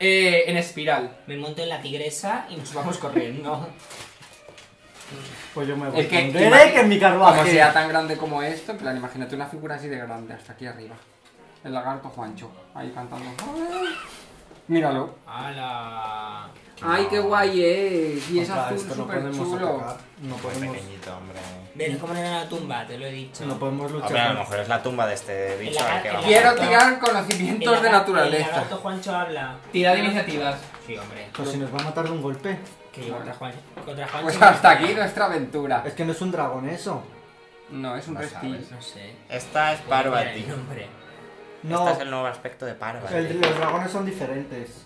eh, en espiral.
Me monto en la tigresa y
[LAUGHS]
nos vamos corriendo.
Pues yo me voy.
Es que-
con Derek en mi
Como
carruaje.
sea tan grande como esto, en plan, imagínate una figura así de grande, hasta aquí arriba. El lagarto Juancho, ahí cantando. Míralo.
¡Hala!
¡Ay, qué guay es! Y es
Compa,
azul
esto no
súper
podemos
chulo.
atacar, No
Muy
podemos,
pequeñito, hombre.
Ven, cómo no era la tumba, te lo he dicho.
pues,
no podemos
A ver, a
luchar.
lo mejor es la tumba de este bicho
la-
al que
en la-
vamos.
Quiero
Exacto.
tirar
El
conocimientos de
lagar- El
naturaleza.
lagarto Juancho habla.
Tirad iniciativas.
Sí, hombre.
Pues si nos va a matar de un golpe.
Que yo contra, Juan, contra Juancho.
Pues
no
hasta
puedo.
aquí nuestra aventura.
Es que no es un dragón eso.
No, es un
No
reptil.
No sé.
Esta es
Mira
Parvati.
el nombre.
No,
Este es el nuevo aspecto de Parvati.
el- los dragones son diferentes.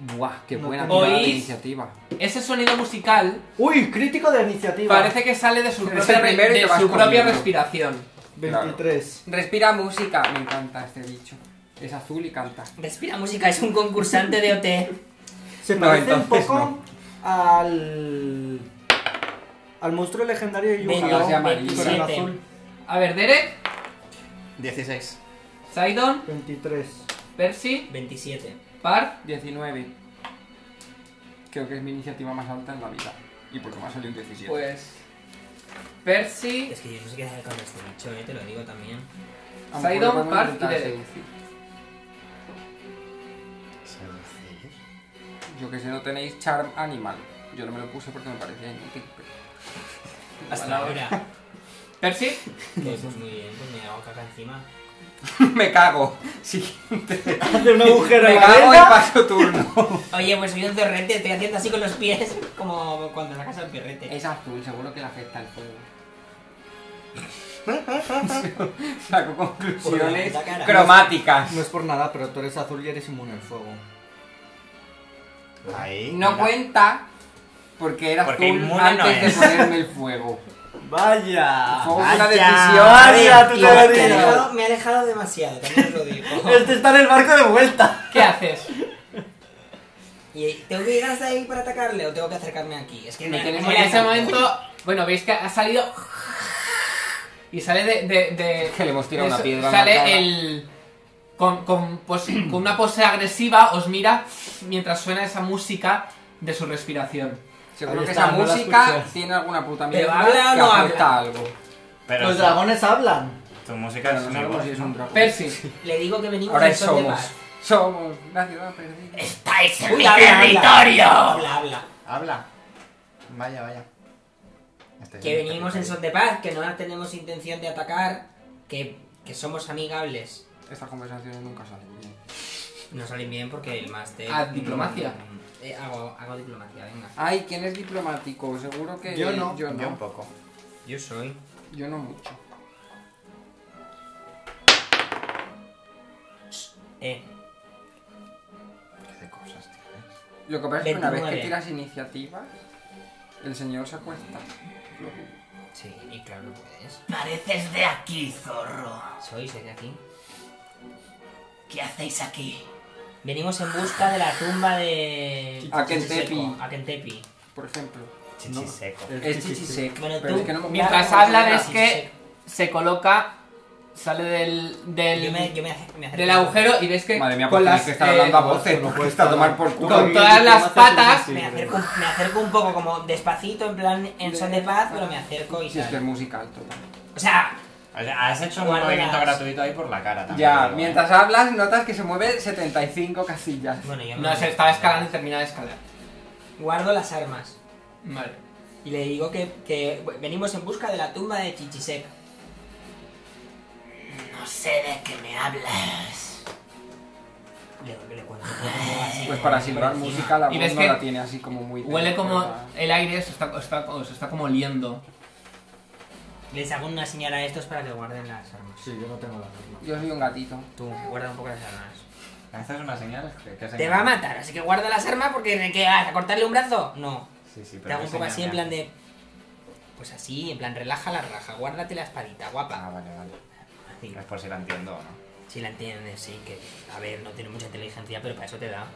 Buah, qué
No
buena
tengo-
tirada de
¿Oís?
iniciativa.
Ese sonido musical
Uy, crítico de iniciativa.
parece que sale de su
Eres
propia,
el
re-
primero y
de
te vas
su propia
comiendo.
respiración.
23.
Respira música. Me encanta este bicho. Es azul y canta.
Respira música, es un concursante de OT.
Se
No,
parece un
entonces
poco al. al monstruo legendario de
Venga,
Ojalá sea
Yu-Gi-Oh!
amarillo.
Pero en
27.
azul.
A ver, Derek,
16.
Saidon,
23.
Percy,
27.
Parth,
19. Creo que es mi iniciativa más alta en la vida. Y porque me ha salido un 17.
pues... Percy,
Es que yo no sé qué hacer con este bicho, eh, te lo digo también.
A lo mejor
Saidon,
podemos
Parth y
intentar
Derek.
seducir. Yo que sé, no tenéis Charm Animal. Yo no me lo puse porque me parecía inútil. pero-
Hasta ahora.
Percy,
Pues, pues muy bien, pues me hago caca encima.
me cago. Sí.
De [LAUGHS] un agujero
Me
en la
cago y
arena.
paso turno.
Oye, pues soy un zorrete, estoy haciendo así con los pies, como cuando sacas al perrete.
Es azul, seguro que le afecta el fuego. Saco conclusiones
Por la cara.
cromáticas.
No es por nada, pero tú eres azul y eres inmune al fuego.
Ahí.
No
mira.
cuenta porque era
Porque
azul
inmune no
antes
es.
de ponerme el fuego.
Ah, ¡Vaya!
Fue una
vaya,
decisión.
Ah,
vaya, tú te
que-
lo
Me ha
digo.
dejado, me ha dejado demasiado, también os lo digo. [LAUGHS]
[LAUGHS] Este está en el barco de vuelta.
[LAUGHS]
¿qué haces?
¿Y tengo que ir hasta ahí para atacarle o tengo que acercarme aquí? Es que
Me tienes
como
En
le
ese
ataco.
momento, bueno, veis que ha salido... Y sale de... de, de-
Que le hemos tirado una
eso,
piedra. en la cara.
Sale el... Con, con, pos- con una pose agresiva os mira mientras suena esa música de su respiración.
Seguro
Ahí
que
está,
esa
no la
música
escuchas.
tiene alguna puta
¿Pero
mierda
habla o
que
no
afecta
habla?
a algo.
Pero
Los
tu-
dragones hablan.
tu música es
Pero
mi
no
voz,
sabemos si es
¿no?
un dragón.
Percy,
Le digo que venimos
Ahora
del Sol de
somos.
Mar.
Somos la ciudad perdida.
¡Estáis en mi territorio! Habla, habla.
Habla. Vaya, vaya. Este es
Que
un
venimos en son de paz, que no tenemos intención de atacar, que, que somos amigables.
Estas conversaciones nunca salen bien.
No salen bien porque el máster...
Haz Ah, diplomacia.
Mm, eh, hago, hago diplomacia, venga.
Ay, ¿quién es diplomático? Seguro que
Yo no.
Yo
Yo un
no,
poco.
Yo soy...
Yo no mucho.
Eh,
¿Qué de cosas ¿eh? tienes?
Lo que pasa es que una vez que
29.
tiras iniciativas, el señor se acuesta.
sí, y claro que puedes. Pareces de aquí, zorro. Soy, soy de aquí. ¿Qué hacéis aquí? Venimos en busca de la tumba de...
Akentepi.
Chichiseco, Akentepi.
Por ejemplo,
Chichi seco.
es chichisec.
Bueno,
pero
tú,
es que no me-
mientras
Claro,
hablan
claro.
es que se coloca, sale del,
Yo
del,
me, yo me, ac- me acerco.
del agujero y ves que
Madre mía,
con
pues
las,
tienes que estar
eh,
hablando a voces,
no
porque
puedes
está a tomar
hablar.
por culo.
Con todas las patas,
Me acerco, me acerco un poco como despacito, en plan en son de paz, pero me acerco y
Si es que es
salgo.
musical, total.
O sea,
O sea, has hecho un
Guarda
movimiento
las-
gratuito ahí por la cara también.
Ya,
Ah,
digo, ¿eh?
mientras hablas notas que se mueve 75 casillas.
bueno, yo
no se estaba escalando y termina de escalar.
Guardo las armas
Vale.
y le digo que, que venimos en busca de la tumba de Chichisek. No sé de qué me hablas. Le, le cuento como así,
Pues
como
para
así
silbar
por encima.
música la
Eh, Y
voz
ves
no
que
la tiene así como muy...
Huele como
tensa.
el aire, se está, está- os está como oliendo.
Les hago una señal a estos para que guarden las armas.
Sí, yo no tengo la arma.
Yo soy un
[LAUGHS]
gatito.
Tú, guarda un poco las armas.
¿Me haces una señal? ¿Qué- qué
Te
señal?
va a matar, así que guarda las armas porque ¿qué vas a cortarle un brazo. No,
Sí, sí, pero
Te hago
¿qué
un poco
señal
así
me
en plan
haces?
de. Pues así, en plan, relaja la raja, guárdate la espadita,
Ah,
guapa.
vale, vale.
Así.
Es por si la entiendo o no.
Si la entiendes, sí, que. A ver, no tiene mucha inteligencia, pero para eso te da.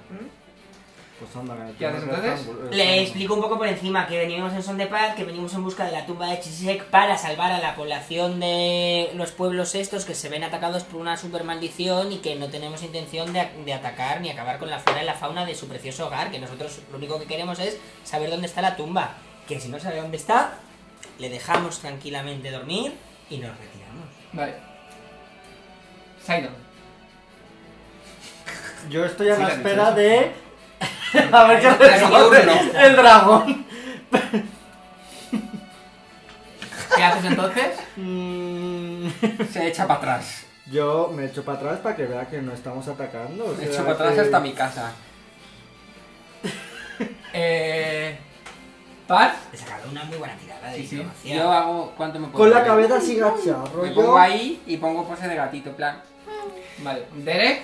Pues anda, que me
¿Qué haces
tengo
entonces?
rectángulo,
Le
rectángulo.
explico un poco por encima que venimos en son de paz, que venimos en busca de la tumba de Chisek para salvar a la población de los pueblos estos que se ven atacados por una super maldición y que no tenemos intención de, de atacar ni acabar con la flora y la fauna de su precioso hogar, que nosotros lo único que queremos es saber dónde está la tumba, que si no sabe dónde está, le dejamos tranquilamente dormir y nos retiramos.
Vale. Saidon.
Yo estoy a
Sí,
la
la
espera
princesa.
de. a ver qué
Está en turno.
responde el dragón.
¿Qué haces
[LAUGHS]
entonces?
Mm,
Se echa para atrás.
Yo me echo para atrás para que vea que no estamos atacando. o
Se
sea
echa para atrás
que-
hasta mi casa.
Eh. Paz.
He sacado una muy buena tirada de
Sí, sí.
diplomacia.
Yo hago cuánto me puedo.
Con la
mover?
cabeza así gacha,
Me
rollo.
pongo ahí y pongo pose de gatito, en plan. [LAUGHS]
Vale. Derek.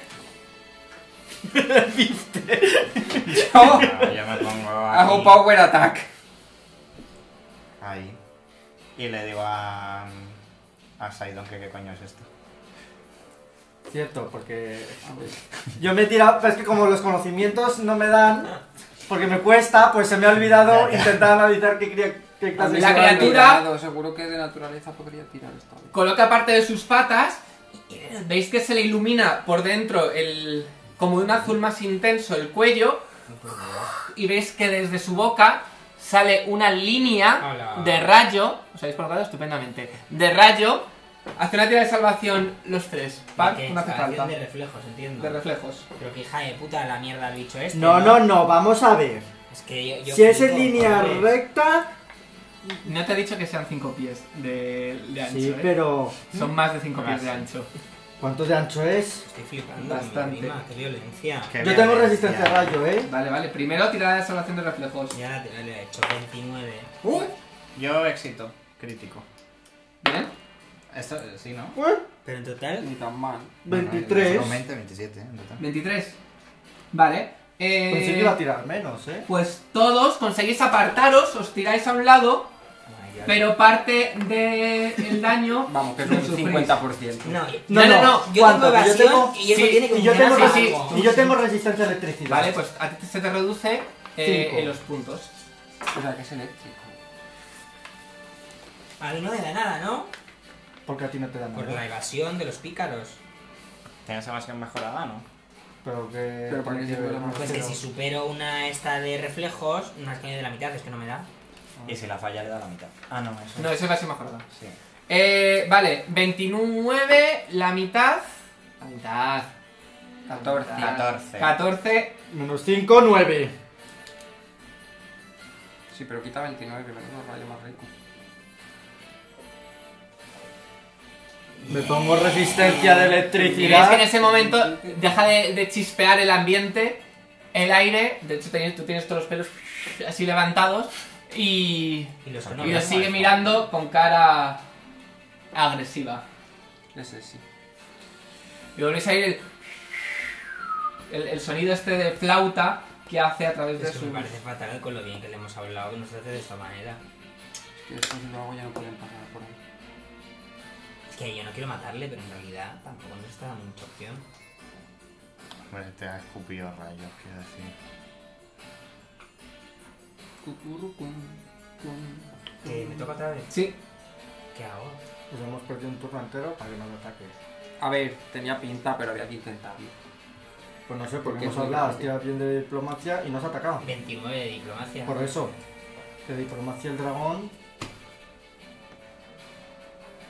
Yo
Ah, yo me pongo aquí.
¡Oh! hago power attack.
Ahí. Y le digo a. A Saidon que qué coño es esto.
Cierto, porque. Yo me he tirado. Es que como los conocimientos no me dan. Porque me cuesta, pues se me ha olvidado intentar analizar qué, cría- qué clase
La
de-
Se me ha
criatura-
olvidado, Seguro que de naturaleza podría tirar esta vez.
coloca parte de sus patas y veis que se le ilumina por dentro el como de un azul más intenso el cuello y veis que desde su boca sale una línea
Hola.
de rayo os habéis colocado estupendamente de rayo hace una tira de salvación los tres ¿vale?
Porque
no hace
instalación
falta
de reflejos, entiendo.
de reflejos
Pero que hija de puta la mierda el bicho este.
No, no, no, vamos a ver.
Es que yo, yo
Si es en
flipo,
línea
joder.
recta.
no te he dicho que sean cinco pies de, de ancho
Sí,
¿eh?
pero.
son más de cinco
Ah,
pies de
sí.
ancho
¿Cuánto de ancho es?
Estoy flipando.
Bastante.
mi prima, qué violencia.
Qué
Yo tengo
violencia.
resistencia a rayo, ¿eh?
vale vale primero tirada de salvación de reflejos
Ya la le he hecho 29.
Uy,
Yo éxito, crítico.
bien
Esto eh, sí, ¿no?
¿Eh?
Pero en total,
Ni tan mal.
No,
23.
no, 20, 27, en total.
23. Vale. eh,
Pensé Pues que iba a tirar menos, ¿eh?
pues todos conseguís apartaros, os tiráis a un lado,
ay, ya-
pero parte del el daño.
Vamos, que es
lo
un
sufrís.
50%.
No,
No, no, no,
yo
¿cuánto?
tengo
Que
evasión y eso
sí,
tiene que
y yo
funcionar
tengo
para
sí,
algo.
Y yo tengo resistencia a electricidad.
Vale, pues a ti se te reduce eh,
Cinco.
en los puntos.
O sea, que es eléctrico.
A mí no me da nada, ¿no?
Porque a ti no te dan
Por
nada.
la evasión de los pícaros.
Tienes evasión mejorada, ¿no?
Pero que.
Pero porque
tiene
yo
ver,
lo
¿no?
Pues que
Pero-
si supero una esta de reflejos, una que de la mitad, es que no me da.
Y si la falla le da la mitad. Ah, no, eso.
No, eso es la mejorada.
Sí.
Eh, vale, 29, la mitad. La mitad.
14.
14.
14.
Menos 5, 9.
Sí, pero quita 29, que menudo rayo más rico.
Me pongo resistencia de
Y veis que en
electricidad.
ese momento deja de, de chispear el ambiente, el aire. De hecho, ten- tú tienes todos los pelos así levantados. Y,
Y los que no
y
me
los
dan, pues,
sigue
¿no?
mirando con cara agresiva.
Ese sí.
Y volvéis a oír el, el- el sonido este de flauta que hace a través de
Es que
su.
me parece fatal con lo bien que le hemos hablado, que nos trate de esta manera.
Es que eso si lo hago ya no pueden pasar por ahí.
Es que yo no quiero matarle, pero en realidad tampoco nos está dando mucha opción.
Hombre, te ha escupido rayos, quiero decir.
Cucurucum, cum.
Que me toca otra vez.
Sí,
¿Qué hago?
Pues hemos perdido un turno entero para que nos ataque.
A ver, tenía pinta, pero había que intentarlo.
Pues no sé, porque
Porque
hemos
es muy
hablado,
grande.
tira bien de diplomacia y nos ha atacado.
29 de diplomacia.
Por eso, de diplomacia el dragón.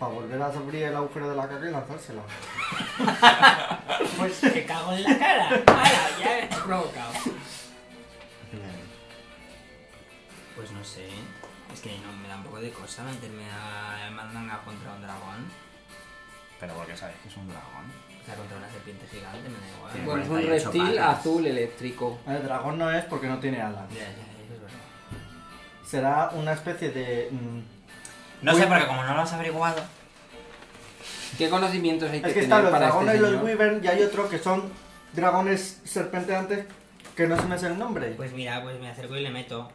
Para volver a abrir el agujero de la caca y lanzársela.
[LAUGHS] Pues te cago en la cara. ¡Hala! Ya me has provocado. Pues no sé. Es que no, me da un poco de cosa meterme a a mandanga contra un dragón.
Pero porque sabes que es un dragón.
O sea, contra una serpiente gigante, me da igual.
Sí,
Bueno, es Pues un
48
reptil
patas.
azul eléctrico.
El dragón no es porque no tiene alas.
Ya, ya, eso es verdad.
Será una especie de. mm,
No sé, porque como no lo has averiguado.
¿Qué conocimientos hay que,
Es que
tener
están los
para
dragones
este
y los
señor?
wyvern y hay otro que son dragones serpenteantes que no se me hace el nombre.
Pues mira, pues me acerco y
[LAUGHS]
le meto.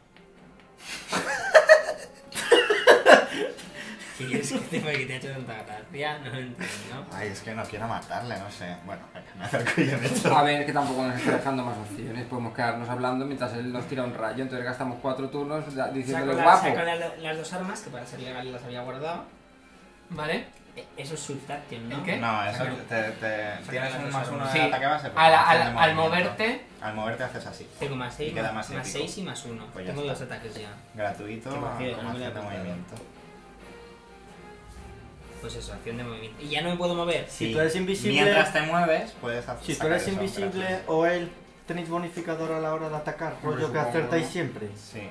¿Quieres que te, que te ha hecho tanta gracia? No lo entiendo.
Ay, es que no quiero matarle, no sé. Bueno, venga, me acerco y le meto. [LAUGHS]
A ver, que tampoco nos está dejando más opciones. Podemos quedarnos hablando mientras él nos tira un rayo. Entonces gastamos cuatro turnos da-
Saco,
diciéndole
la-
guapo.
saco la- las dos armas, que para ser legal las había guardado.
vale.
E- Eso es subtraction, ¿no?
¿El qué?
No, eso te, te- tienes un más uno de
Sí.
ataque base. pues, pero
Al,
acción
al-
de
al
movimiento.
moverte,
Al moverte haces así.
Tengo más 6,
Y queda
más
más épico.
6 y más 1.
Pues ya
Tengo
está.
dos ataques ya.
Gratuito,
Qué
con
vacío, no me lo he
acción de
apuntado.
movimiento.
pues eso, acción de movimiento. Y ya no me puedo mover.
Si
Sí.
tú eres invisible-
Mientras te mueves, puedes hacer.
Si tú
sacar
eres
eso
invisible
pues.
gratis.
o él, tenéis bonificador a la hora de atacar. Rollo que
supongo,
acertáis
¿no?
siempre.
Sí.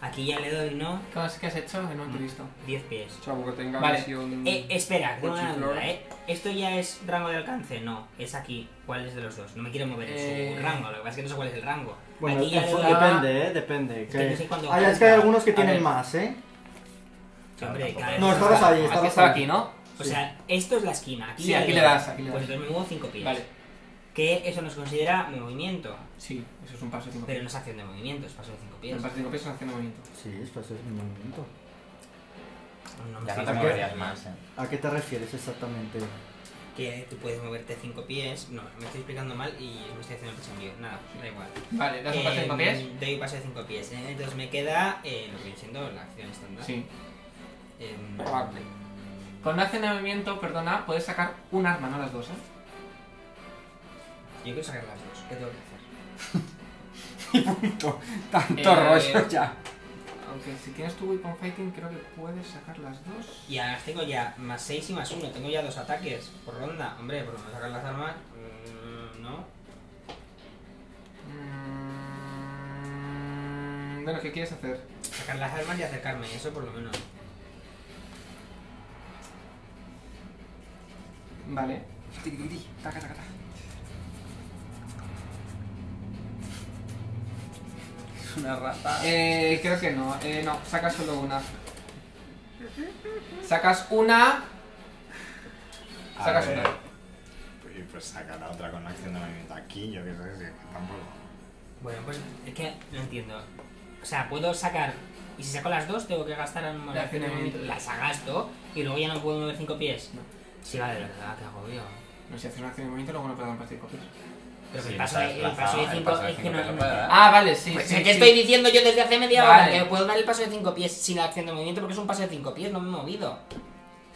Aquí ya le doy, ¿no?
¿Cómo es que has hecho? Que no te he visto.
10 pies.
Salvo que tenga
Vale.
visión.
Eh, espera, tengo una
Cuchiflor.
duda, ¿eh? ¿Esto ya es rango de alcance? No, es aquí. ¿Cuál es de los dos? No me quiero mover en su
Eh.
rango, lo que pasa es que no sé cuál es el rango.
Bueno,
aquí ya
eso
le doy a-
depende, eh, depende.
que
que-
no sé cuándo
Ah,
va.
es que hay algunos que
A
tienen
ver.
más, ¿eh?
Hombre,
Tampoco.
cada
No,
vez
estabas
está-
ahí,
Aquí
estabas
estaba
ahí.
aquí, ¿no?
O
Sí.
sea, esto es la esquina. Aquí
Sí,
ya
aquí
doy.
le das, aquí le
Pues
das.
entonces me muevo 5 pies.
Vale.
Que eso nos considera movimiento.
Sí, eso es un paso de 5
Pero
pies.
no es acción de movimiento, es paso de 5 pies.
Un paso de 5 pies es una acción de movimiento.
Sí, esto es mi movimiento.
No me
Ya no te
estoy
sí,
moviendo.
moverías más. eh.
¿A qué te refieres exactamente?
Que tú puedes moverte 5 pies. No, me estoy explicando mal y me estoy haciendo el cachondeo. Nada, da igual.
Vale, ¿das un paso de 5
Em,
pies?
Doy un paso de 5 pies. ¿eh? Entonces me queda eh, lo que viene siendo la acción estándar.
Sí.
Em,
Probable.
Con una acción de movimiento, perdona, puedes sacar un arma, no las dos, ¿eh?
yo quiero sacar las dos. ¿Qué tengo que hacer?
Tanto
Eh,
rollo ya.
Aunque si tienes tu weapon fighting, creo que puedes sacar las dos.
Y además tengo ya más 6 y más 1. Tengo ya dos ataques por ronda. Hombre, por lo menos sacar las armas. mm, no.
Mm, Bueno, ¿qué quieres hacer?
Sacar las armas y acercarme. Eso por lo menos.
Vale.
Tiquitiquiti, taca, taca, taca. Es una rata. [LAUGHS]
Eh, creo que no. Eh, no, sacas solo una. Sacas una.
A
Sacas
ver,
una.
Y pues saca la otra con la acción de movimiento aquí, yo qué sé, si es que tampoco.
Bueno, pues es que no entiendo. O sea, puedo sacar. Y si saco las dos, tengo que gastar en
La
acción de movimiento. Las gasto y luego ya no puedo mover 5 pies.
No.
Sí, vale, la verdad, que agobio.
No, si haces una acción de movimiento, luego no puedo dar un paso de copias.
Pero que
Sí,
el paso
está
de el paso
desplazado,
de
el
5
paso de
es que
cinco
no.
te lo
no-
puede dar.
Ah, vale, sí.
Pues
sí,
es que
sí.
estoy diciendo yo desde hace media hora
Vale.
que puedo dar el paso de 5 pies sin la acción de movimiento porque es un paso de 5 pies, no me he movido.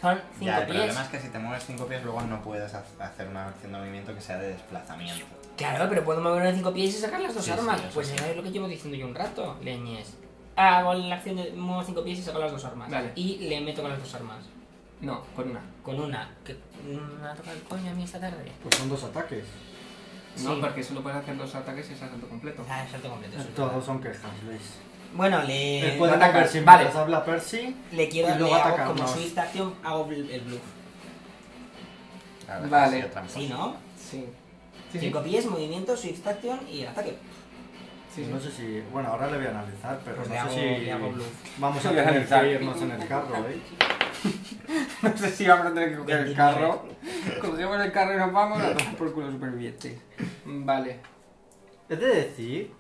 Son 5
Ya, el
pies.
problema es que si te mueves 5 pies, luego no puedes haz- hacer una acción de movimiento que sea de desplazamiento.
Claro, pero puedo moverme de 5 pies y sacar las dos
Sí, sí,
armas.
eso
pues
sí.
eso es lo que llevo diciendo yo un rato, leñes. Hago la acción de muevo 5 pies y saco las dos armas.
Vale.
Y le meto con las dos armas.
No, con una.
Con una. Que me ha tocado el coño a mí esta tarde.
Pues son dos ataques.
No,
Sí.
porque solo puedes hacer dos ataques y es asalto completo.
Ah, salto completo. eso es
Todos
verdad.
son quejas, Luis.
Bueno,
Él
le,
puede
atacar,
atacar siempre.
vale.
Vale. Habla Percy.
le quiero
y luego
le hago
atacamos.
como Swift Action, hago bl- el bluff.
La verdad es que
Vale.
ha sido tramposo.
Sí, ¿no?
Sí. Sí, sí.
5 pies, movimiento, Swift Action y ataque.
Sí, sí.
No sé si. Bueno, ahora le voy a analizar, pero
Pues
no
le hago-
sé si.
le hago bluff.
Vamos
Le
a
voy a
tener
analizar.
que irnos en el carro, ¿eh?
No sé si vamos a tener que coger el
Bendito
carro. Cogemos el carro y nos vamos a tomar por culo supervivientes.
Mm, Vale.
Es de decir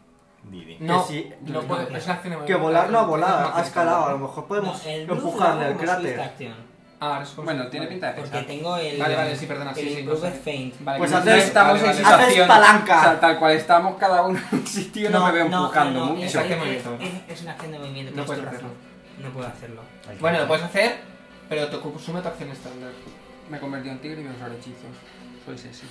Didi.
No,
sí,
no
no,
puedo.
no.
Es una acción de
que
movimiento.
volar no ha
Es
volado,
una
ha
acción de
escalado. A lo
movimiento.
mejor podemos
No, el bluff
empujarle
lo hago
al
como Swift
cráter.
Action,
Ah, ahora es como-
Bueno, tiene pinta de
porque
pensar.
tengo el.
Vale, vale, sí, perdona, sí,
el
sí, no
Improved
sé.
Feint.
Vale,
Pues
que no
haces-
sé-
estamos
vale,
en
vale.
haces
situación.
palanca.
O sea, tal cual estamos cada uno en un sitio, no, me veo empujando
no, no,
mucho.
Es,
Acción de
es-
movimiento.
es- es una acción de movimiento.
No
tienes
puedes
tu
hacerlo.
razón. No puedo hacerlo.
El
Bueno, lo
que-
puedes hacer, pero te consume tu acción estándar.
Me convertí en tigre y me usaré hechizos. Soy sexy.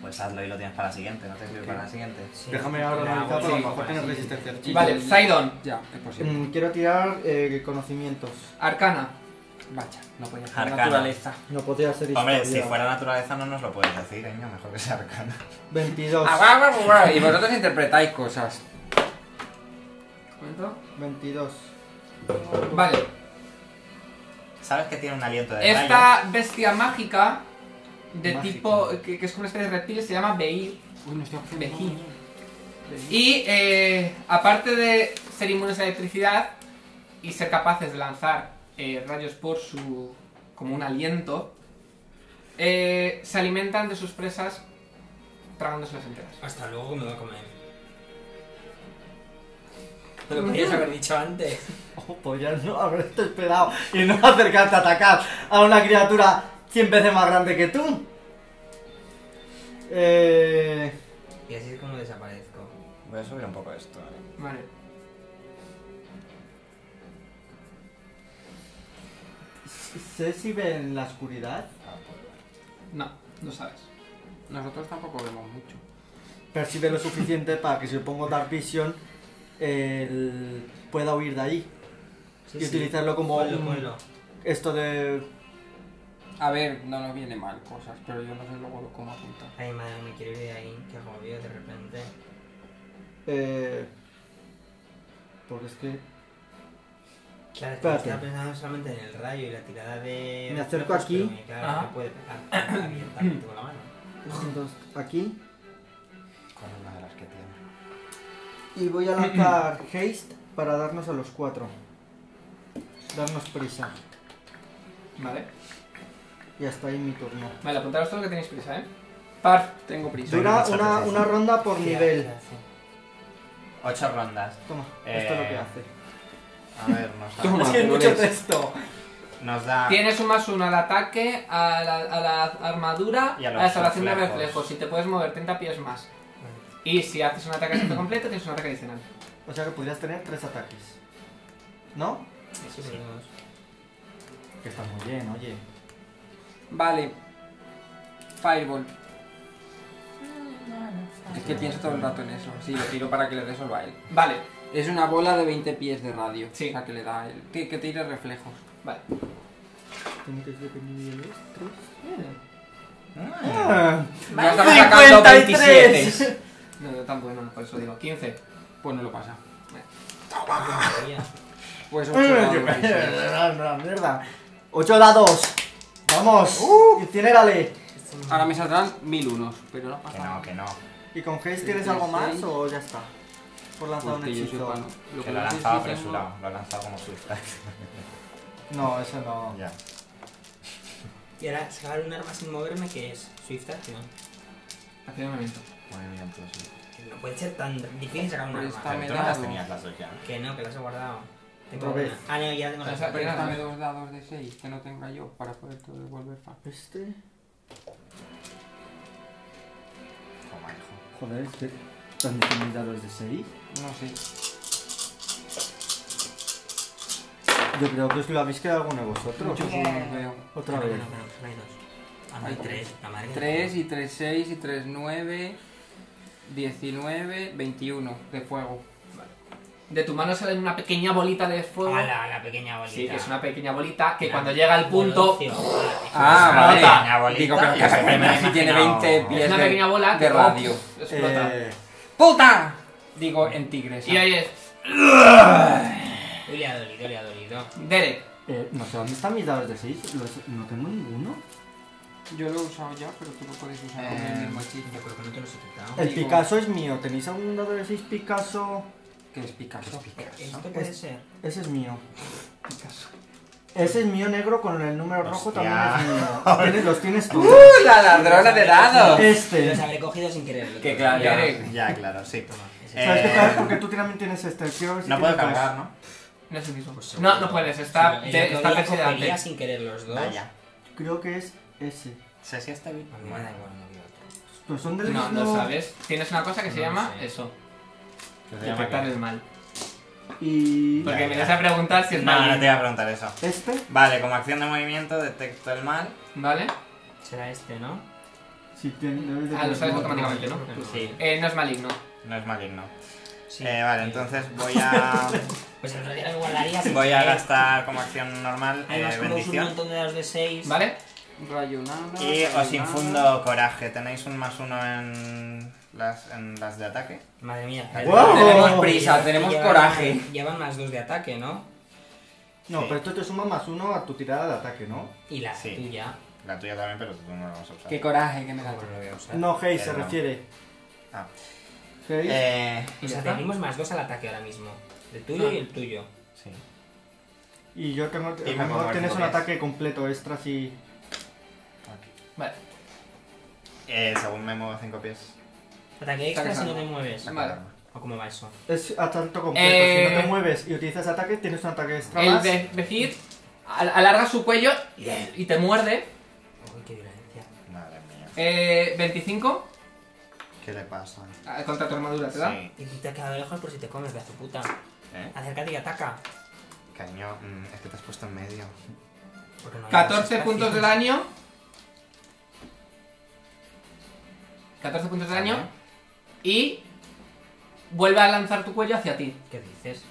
Pues hazlo y lo tienes para la siguiente, no te sirve para la siguiente.
Sí.
Déjame ahora
Ah,
analizar,
bueno,
pero a
sí,
lo mejor
pues,
tienes
sí.
resistencia. al
Y
chico.
Vale,
el-
Sidon,
Ya, es posible.
Mm, Quiero tirar eh, conocimientos.
Arcana.
Vaya, no podía ser
Arcana.
naturaleza.
No podría ser
Hombre, si
historia.
fuera naturaleza no nos lo puedes decir, ¿eh? mejor que sea arcana.
22.
Ah, guau, guau, guau, Y vosotros interpretáis cosas.
¿Cuánto?
22.
Vale,
[LAUGHS] Sabes que tiene un aliento de rayo.
esta bestia mágica de
Mágica.
tipo. Que, que es como una especie de reptil, se llama Beir.
Uy, no estoy haciendo
Vejí. Y eh, aparte de ser inmunes a electricidad y ser capaces de lanzar eh, rayos por su. como un aliento, eh, se alimentan de sus presas tragándoselas enteras.
Hasta luego me va a comer. Pero podrías haber dicho antes.
Oh, podrías no haberte esperado y no acercarte a atacar a una criatura 100 veces más grande que tú. Eh,
Y así es como desaparezco.
Voy a subir un poco esto, eh. ¿vale?
Vale.
¿Sé si ve en la oscuridad?
Ah, pues vale.
No, no sabes.
Nosotros tampoco vemos mucho.
Percibe lo suficiente para que si le pongo Dark Vision él pueda huir de ahí
Sí,
y
sí.
utilizarlo como
Ponlo,
un-
ponlo.
esto de
A ver, no nos viene mal cosas, pero yo no sé luego cómo apuntar.
Ay, madre, me quiero ir de ahí, que agobio de repente.
Eh, porque es que
Claro, es que
Espérate.
estaba pensando solamente en el rayo y la tirada de.
Me acerco aquí.
pero, Claro,
Ajá.
me puede pegar abiertamente con la mano.
entonces, aquí
Con una de las que tiene.
y voy a lanzar haste para darnos a los cuatro. Darnos prisa.
Vale.
Y hasta ahí mi turno.
Vale, apuntaros todo lo que tenéis prisa, ¿eh? Par.
Tengo prisa.
Dura
muchas
una,
veces.
una ronda por [CLEARS THROAT] nivel.
Ocho rondas.
Toma, esto es lo que
Eh,
hace.
A ver, nos da,
Toma.
es que es mucho
madurez.
texto.
nos da
Tienes un más uno al ataque, a la, a la armadura,
Y a
a,
los
la salvación de
reflejos.
reflejos. Si te puedes mover 30 pies más. Y si haces un ataque a salto completo, tienes un ataque adicional.
O sea que podrías tener tres ataques. ¿No?
Eso sí.
Que está muy bien, oye.
Vale. Fireball. Es que pienso todo el rato en eso. Sí, lo tiro para que le dé solo a él.
Vale,
Es una bola de 20 pies de radio.
Sí.
O sea, que le da el... Que, que tire reflejos.
vale.
Tiene que ser que mi nivel es tres. Ah,
Ya estamos sacando 27.
No, no tan bueno, por eso digo 15.
Pues no lo pasa.
Todavía.
Pues
Eh,
ocho dados,
[LAUGHS]
dice.
eh, Ah, Mierda. 8 dados. Vamos. Incinérale.
Ahora me saldrán mil unos, pero no
Que
pasa
no,
nada.
que no.
¿Y con Haze
Seis,
tienes algo más
seis.
o ya está? Por lanzar un
Porque yo
hechizo.
sepa, no. Lo
Que lo ha
no sé
lanzado
si tengo-
apresurado. Lo ha lanzado como Swift.
No, eso no.
ya.
Y ahora sacar un arma sin moverme que es Swift Action.
Hace un momento.
Movimiento, pues sí.
Que No puede ser tan difícil sacar un
Pero
arma.
está-
Pero tú no las tenías las dos ya.
Que no, que las he guardado. Tengo
Otra
una.
vez.
Ah, no, ya tengo
O sea,
las otras.
Pero dame dos dados de 6 que no tenga yo para poder todo devolver fa.
Este.
Toma, hijo.
Joder, este. ¿Dónde tienen dados de 6?
No sé.
Yo creo que os lo habéis quedado alguno de vosotros.
Muchos unos veo.
Otra
No, no,
vez.
no, no, solo hay dos. Ah, no, hay tres. La madre que me
3 y 3, 6 y 3, 9, 19, 21 de fuego.
De tu mano sale una pequeña bolita de fuego.
A Ah, la, la pequeña bolita.
Sí, que es una pequeña bolita que cuando llega al punto.
Ah,
Una
vale.
pequeña bolita.
Digo, pero
Yo
que
siempre me la he
si tiene
imaginado.
20
Es
pies
una
de,
pequeña bola
de
que
radio.
pff, explota.
Eh,
¡Puta! Digo en tigresa.
Y ahí es.
Le ha dolido, le ha dolido.
Derek.
eh, no sé dónde están mis dados de 6. No tengo ninguno.
Yo lo he usado ya, pero tú lo puedes usar con el
Eh,
mismo hechizo.
Yo creo que no te los he quitado.
El
Digo-
Picasso es mío. ¿Tenéis algún dado de 6 Picasso?
Que es Picasso.
Eh,
Esto puede ser.
Ese es mío. Ese es mío negro con el número rojo
Hostia.
también es mío. Tienes- los tienes tú.
¡Uh, la ladrona de dados!
Este.
Los habré cogido sin querer.
Que claro,
Ya,
Derek.
ya, claro, sí.
Ese-
¿Sabes qué tal?
Eh,
Porque tú también tienes este. Quiero ver si
no
tienes
puedo cargar, ¿no?
No es el mismo.
Pues
no,
seguro.
no puedes, está,
Sí,
de-
yo creo
está
que la cogería
perseguida.
sin querer los dos.
Vaya.
dos. Creo que es ese.
Sé si está bien.
A mí me da igual, no veo otro.
Pero son del
No,
mismo.
no sabes. Tienes una cosa que se
No lo
llama
sé.
eso:
¿Qué se llama
detectar
qué?
el mal.
Y.
Porque
Ya,
me
ya.
vas a preguntar si es
No, no
mal.
te voy a preguntar eso.
Este.
Vale, como acción de movimiento detecto el mal.
¿Vale?
Será este, ¿no?
Si tienes. debes de
Ah, lo sabes
tener-
automáticamente, ¿no?
Sí.
Eh, no es maligno.
No es maligno.
Sí.
Eh, vale, entonces voy a [LAUGHS]
Pues en realidad lo guardaría sin
voy a
querer.
gastar como acción normal eh,
Además, como uso un
bendición
montón de dados de 6.
¿Vale?
Rayonada.
y os
rayonada.
infundo coraje. Tenéis un más uno en las en las de ataque.
Madre mía.
¡Wow! Tenemos
prisa, tenemos
Llevan-
coraje.
Llevan más dos de ataque, ¿no?
No,
Sí.
pero esto te suma más uno a tu tirada de ataque, ¿no?
Y la
Sí.
tuya.
La tuya también, pero tú no la vas a usar.
Qué coraje que me da.
Tampoco lo voy a usar.
No, Hayes se
Pero no.
refiere.
Ah.
Hayes.
Eh,
O sea,
está?
tenemos más dos al ataque ahora mismo. El tuyo
Ah.
y el tuyo.
sí.
Y yo tengo.
y
a lo mejor
me
tienes un
convierto.
ataque completo extra si.
Vale.
Eh, según me muevo cinco pies.
Ataque extra si no te
Exacto.
mueves.
Vale.
¿O cómo va eso?
Es asalto completo. Si no
Eh,
te mueves y utilizas ataque, tienes un ataque extra
El
más.
de decir al- alarga su cuello y te muerde.
Uy, qué violencia.
Madre mía.
Eh, 25
¿Qué le pasa?
ah, contra tu armadura, ¿te da?
Sí.
Y te ha quedado lejos por si te comes, pedazo puta.
¿Eh?
Acércate y ataca.
Cariño, mm, es que te has puesto en medio.
porque no hay más
14
espacio.
puntos de daño. 14 puntos de daño. Y vuelve a lanzar tu cuello hacia ti.
¿Qué dices?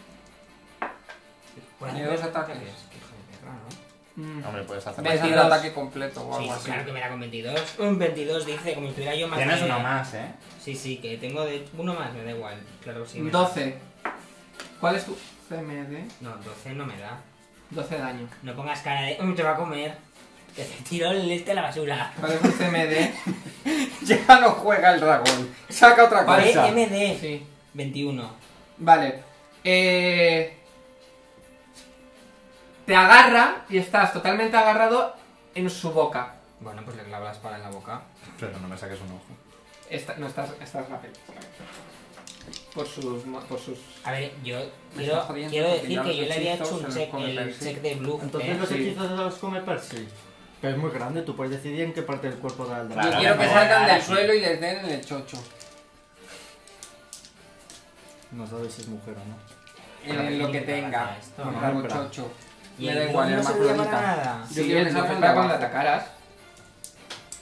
Puede
Tiene
hacer
dos ataques.
ataques, qué hijo de perra, ¿no?
Mm.
Hombre, puedes hacer.
Puedes hacer
22.
ataque completo o
Sí,
algo así.
claro que me da con 22. Un 22 dice, como si tuviera yo más.
Tienes
de-
uno más, ¿eh?
Sí, sí, que tengo de uno más, me da igual. Claro que sí. me da.
12. Mm, ¿Cuál es tu CMD?
No, 12 no me da.
12 daño.
No pongas cara de, "Mm, te va a comer. Que te tiro el este a la basura.
¿Cuál es tu
[LAUGHS]
CMD?
[LAUGHS] Ya no juega el dragón. Saca otra
Vale,
cosa.
MD.
Sí.
21.
Vale. Eh, Te agarra y estás totalmente agarrado en su boca.
Bueno, pues le clavo la espada en la boca.
Pero no me saques un ojo.
Esta- no, estás, estás rapel. Por sus, mo- por sus...
A ver, yo
Me
quiero,
estás jodiendo
quiero
porque
decir
ya
que
los
yo le había
hechizos se
hecho un
los
check,
come
el
Percy.
check de blue.
Entonces
¿eh?
los
sí.
hechizos los come Percy. Pero es muy grande, tú puedes decidir en qué parte del cuerpo da el dragón.
Yo
Claro,
quiero
no,
que salgan
ahora
del
sí.
suelo y les den en el chocho.
No sabes si es mujer o no.
En el- lo que tenga.
Esto, ¿no?
Como
Espera.
chocho.
Y
Me
el
da
blue
igual,
no
es
se le llama
hermafrodita.
nada.
Yo
Sí,
quiero que
entonces
salgan de
venga,
cuando
va.
atacaras.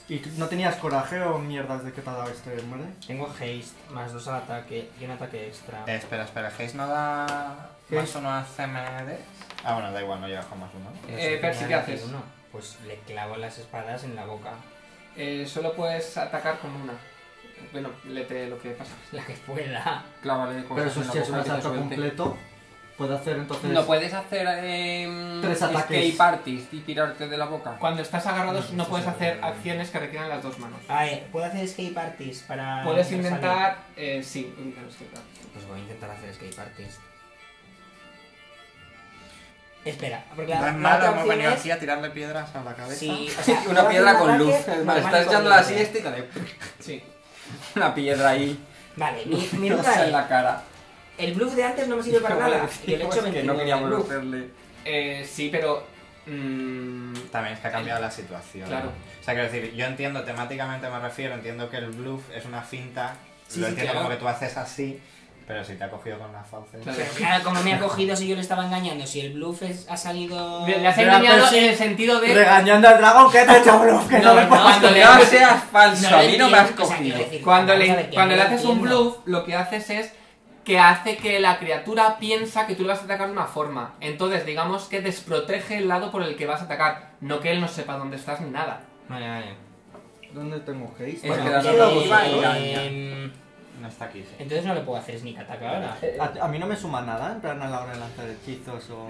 ¿Y tú no tenías coraje o mierdas de que te ha dado este hombre?
Tengo haste, más dos al ataque y un ataque extra.
Eh, espera, espera, Haze no da más
Haze.
uno a CMD. Ah, bueno, da igual, no lleva con más uno.
Pero
eh,
si
Percy,
tenía
¿qué haces?
21, Pues le clavo las espadas en la boca. [LAUGHS]
Eh, solo puedes atacar con una. Bueno, lete lo que pasa.
La que pueda.
Clávale cosas
Pero eso
en la
si es un
boca que te
asalto
suelte.
completo, puede hacer entonces...
No puedes hacer eh,
Tres ataques.
escape artist y tirarte de la boca.
Cuando estás agarrado
No,
no
eso
puedes
se puede
hacer
ver.
acciones que requieran las dos manos.
A ver, ¿puedo hacer escape artist para.
Puedes
salir?
intentar... Eh, sí, claro, es que claro.
Pues voy a intentar hacer escape artist. Espera, porque la,
Tan
la
malo,
otra
hemos
opción
venido
es-
aquí a tirarle piedras a la cabeza.
Sí,
[LAUGHS]
o sea,
Una
puedo
piedra
hacer un
con
ataque
luz.
normal
Vale,
y
estás este- echando la
corriente.
siesta y dale
Sí.
una piedra ahí. [LAUGHS]
Vale, mi, mi
No
duda
sé,
es,
en la cara.
el bluff de antes no
[LAUGHS]
me sirve para nada. Y el hecho
Pues que no
29 del
queríamos
bluff.
hacerle.
Eh, sí, pero... mm,
También es que ha cambiado la situación.
Claro.
O sea, quiero decir, yo entiendo, temáticamente me refiero, entiendo que el bluff es una finta,
Sí,
lo
sí,
entiendo
claro.
como que tú haces así, pero si te ha cogido con las fauces...
Claro.
Pero claro, como
[LAUGHS]
me ha cogido si yo le estaba engañando, si el bluff es- ha salido...
Le has
Pero
engañado
Percy-
en el sentido de...
Regañando al dragón que te ha hecho bluff, Pues que no,
No,
me
no,
pongas
no,
con-
le-
No seas falso,
lo
a mí no me has
entiendo, o sea, quiero
cogido.
decir,
Cuando
vamos a
le,
ver, que
cuando
no
le
lo
haces un
entiendo.
bluff, lo que haces es que hace que la criatura piensa que tú le vas a atacar de una forma. Entonces, digamos que desprotege el lado por el que vas a atacar. No que él no sepa dónde estás ni nada.
Vale, vale.
¿Dónde tengo haste?
Porque
Bueno,
la
eh,
norma busca
eh,
engaña.
em,
No está aquí, sí.
entonces no le puedo hacer sneak attack ahora.
A, a mí no me suma nada, en plan a la hora de lanzar hechizos o...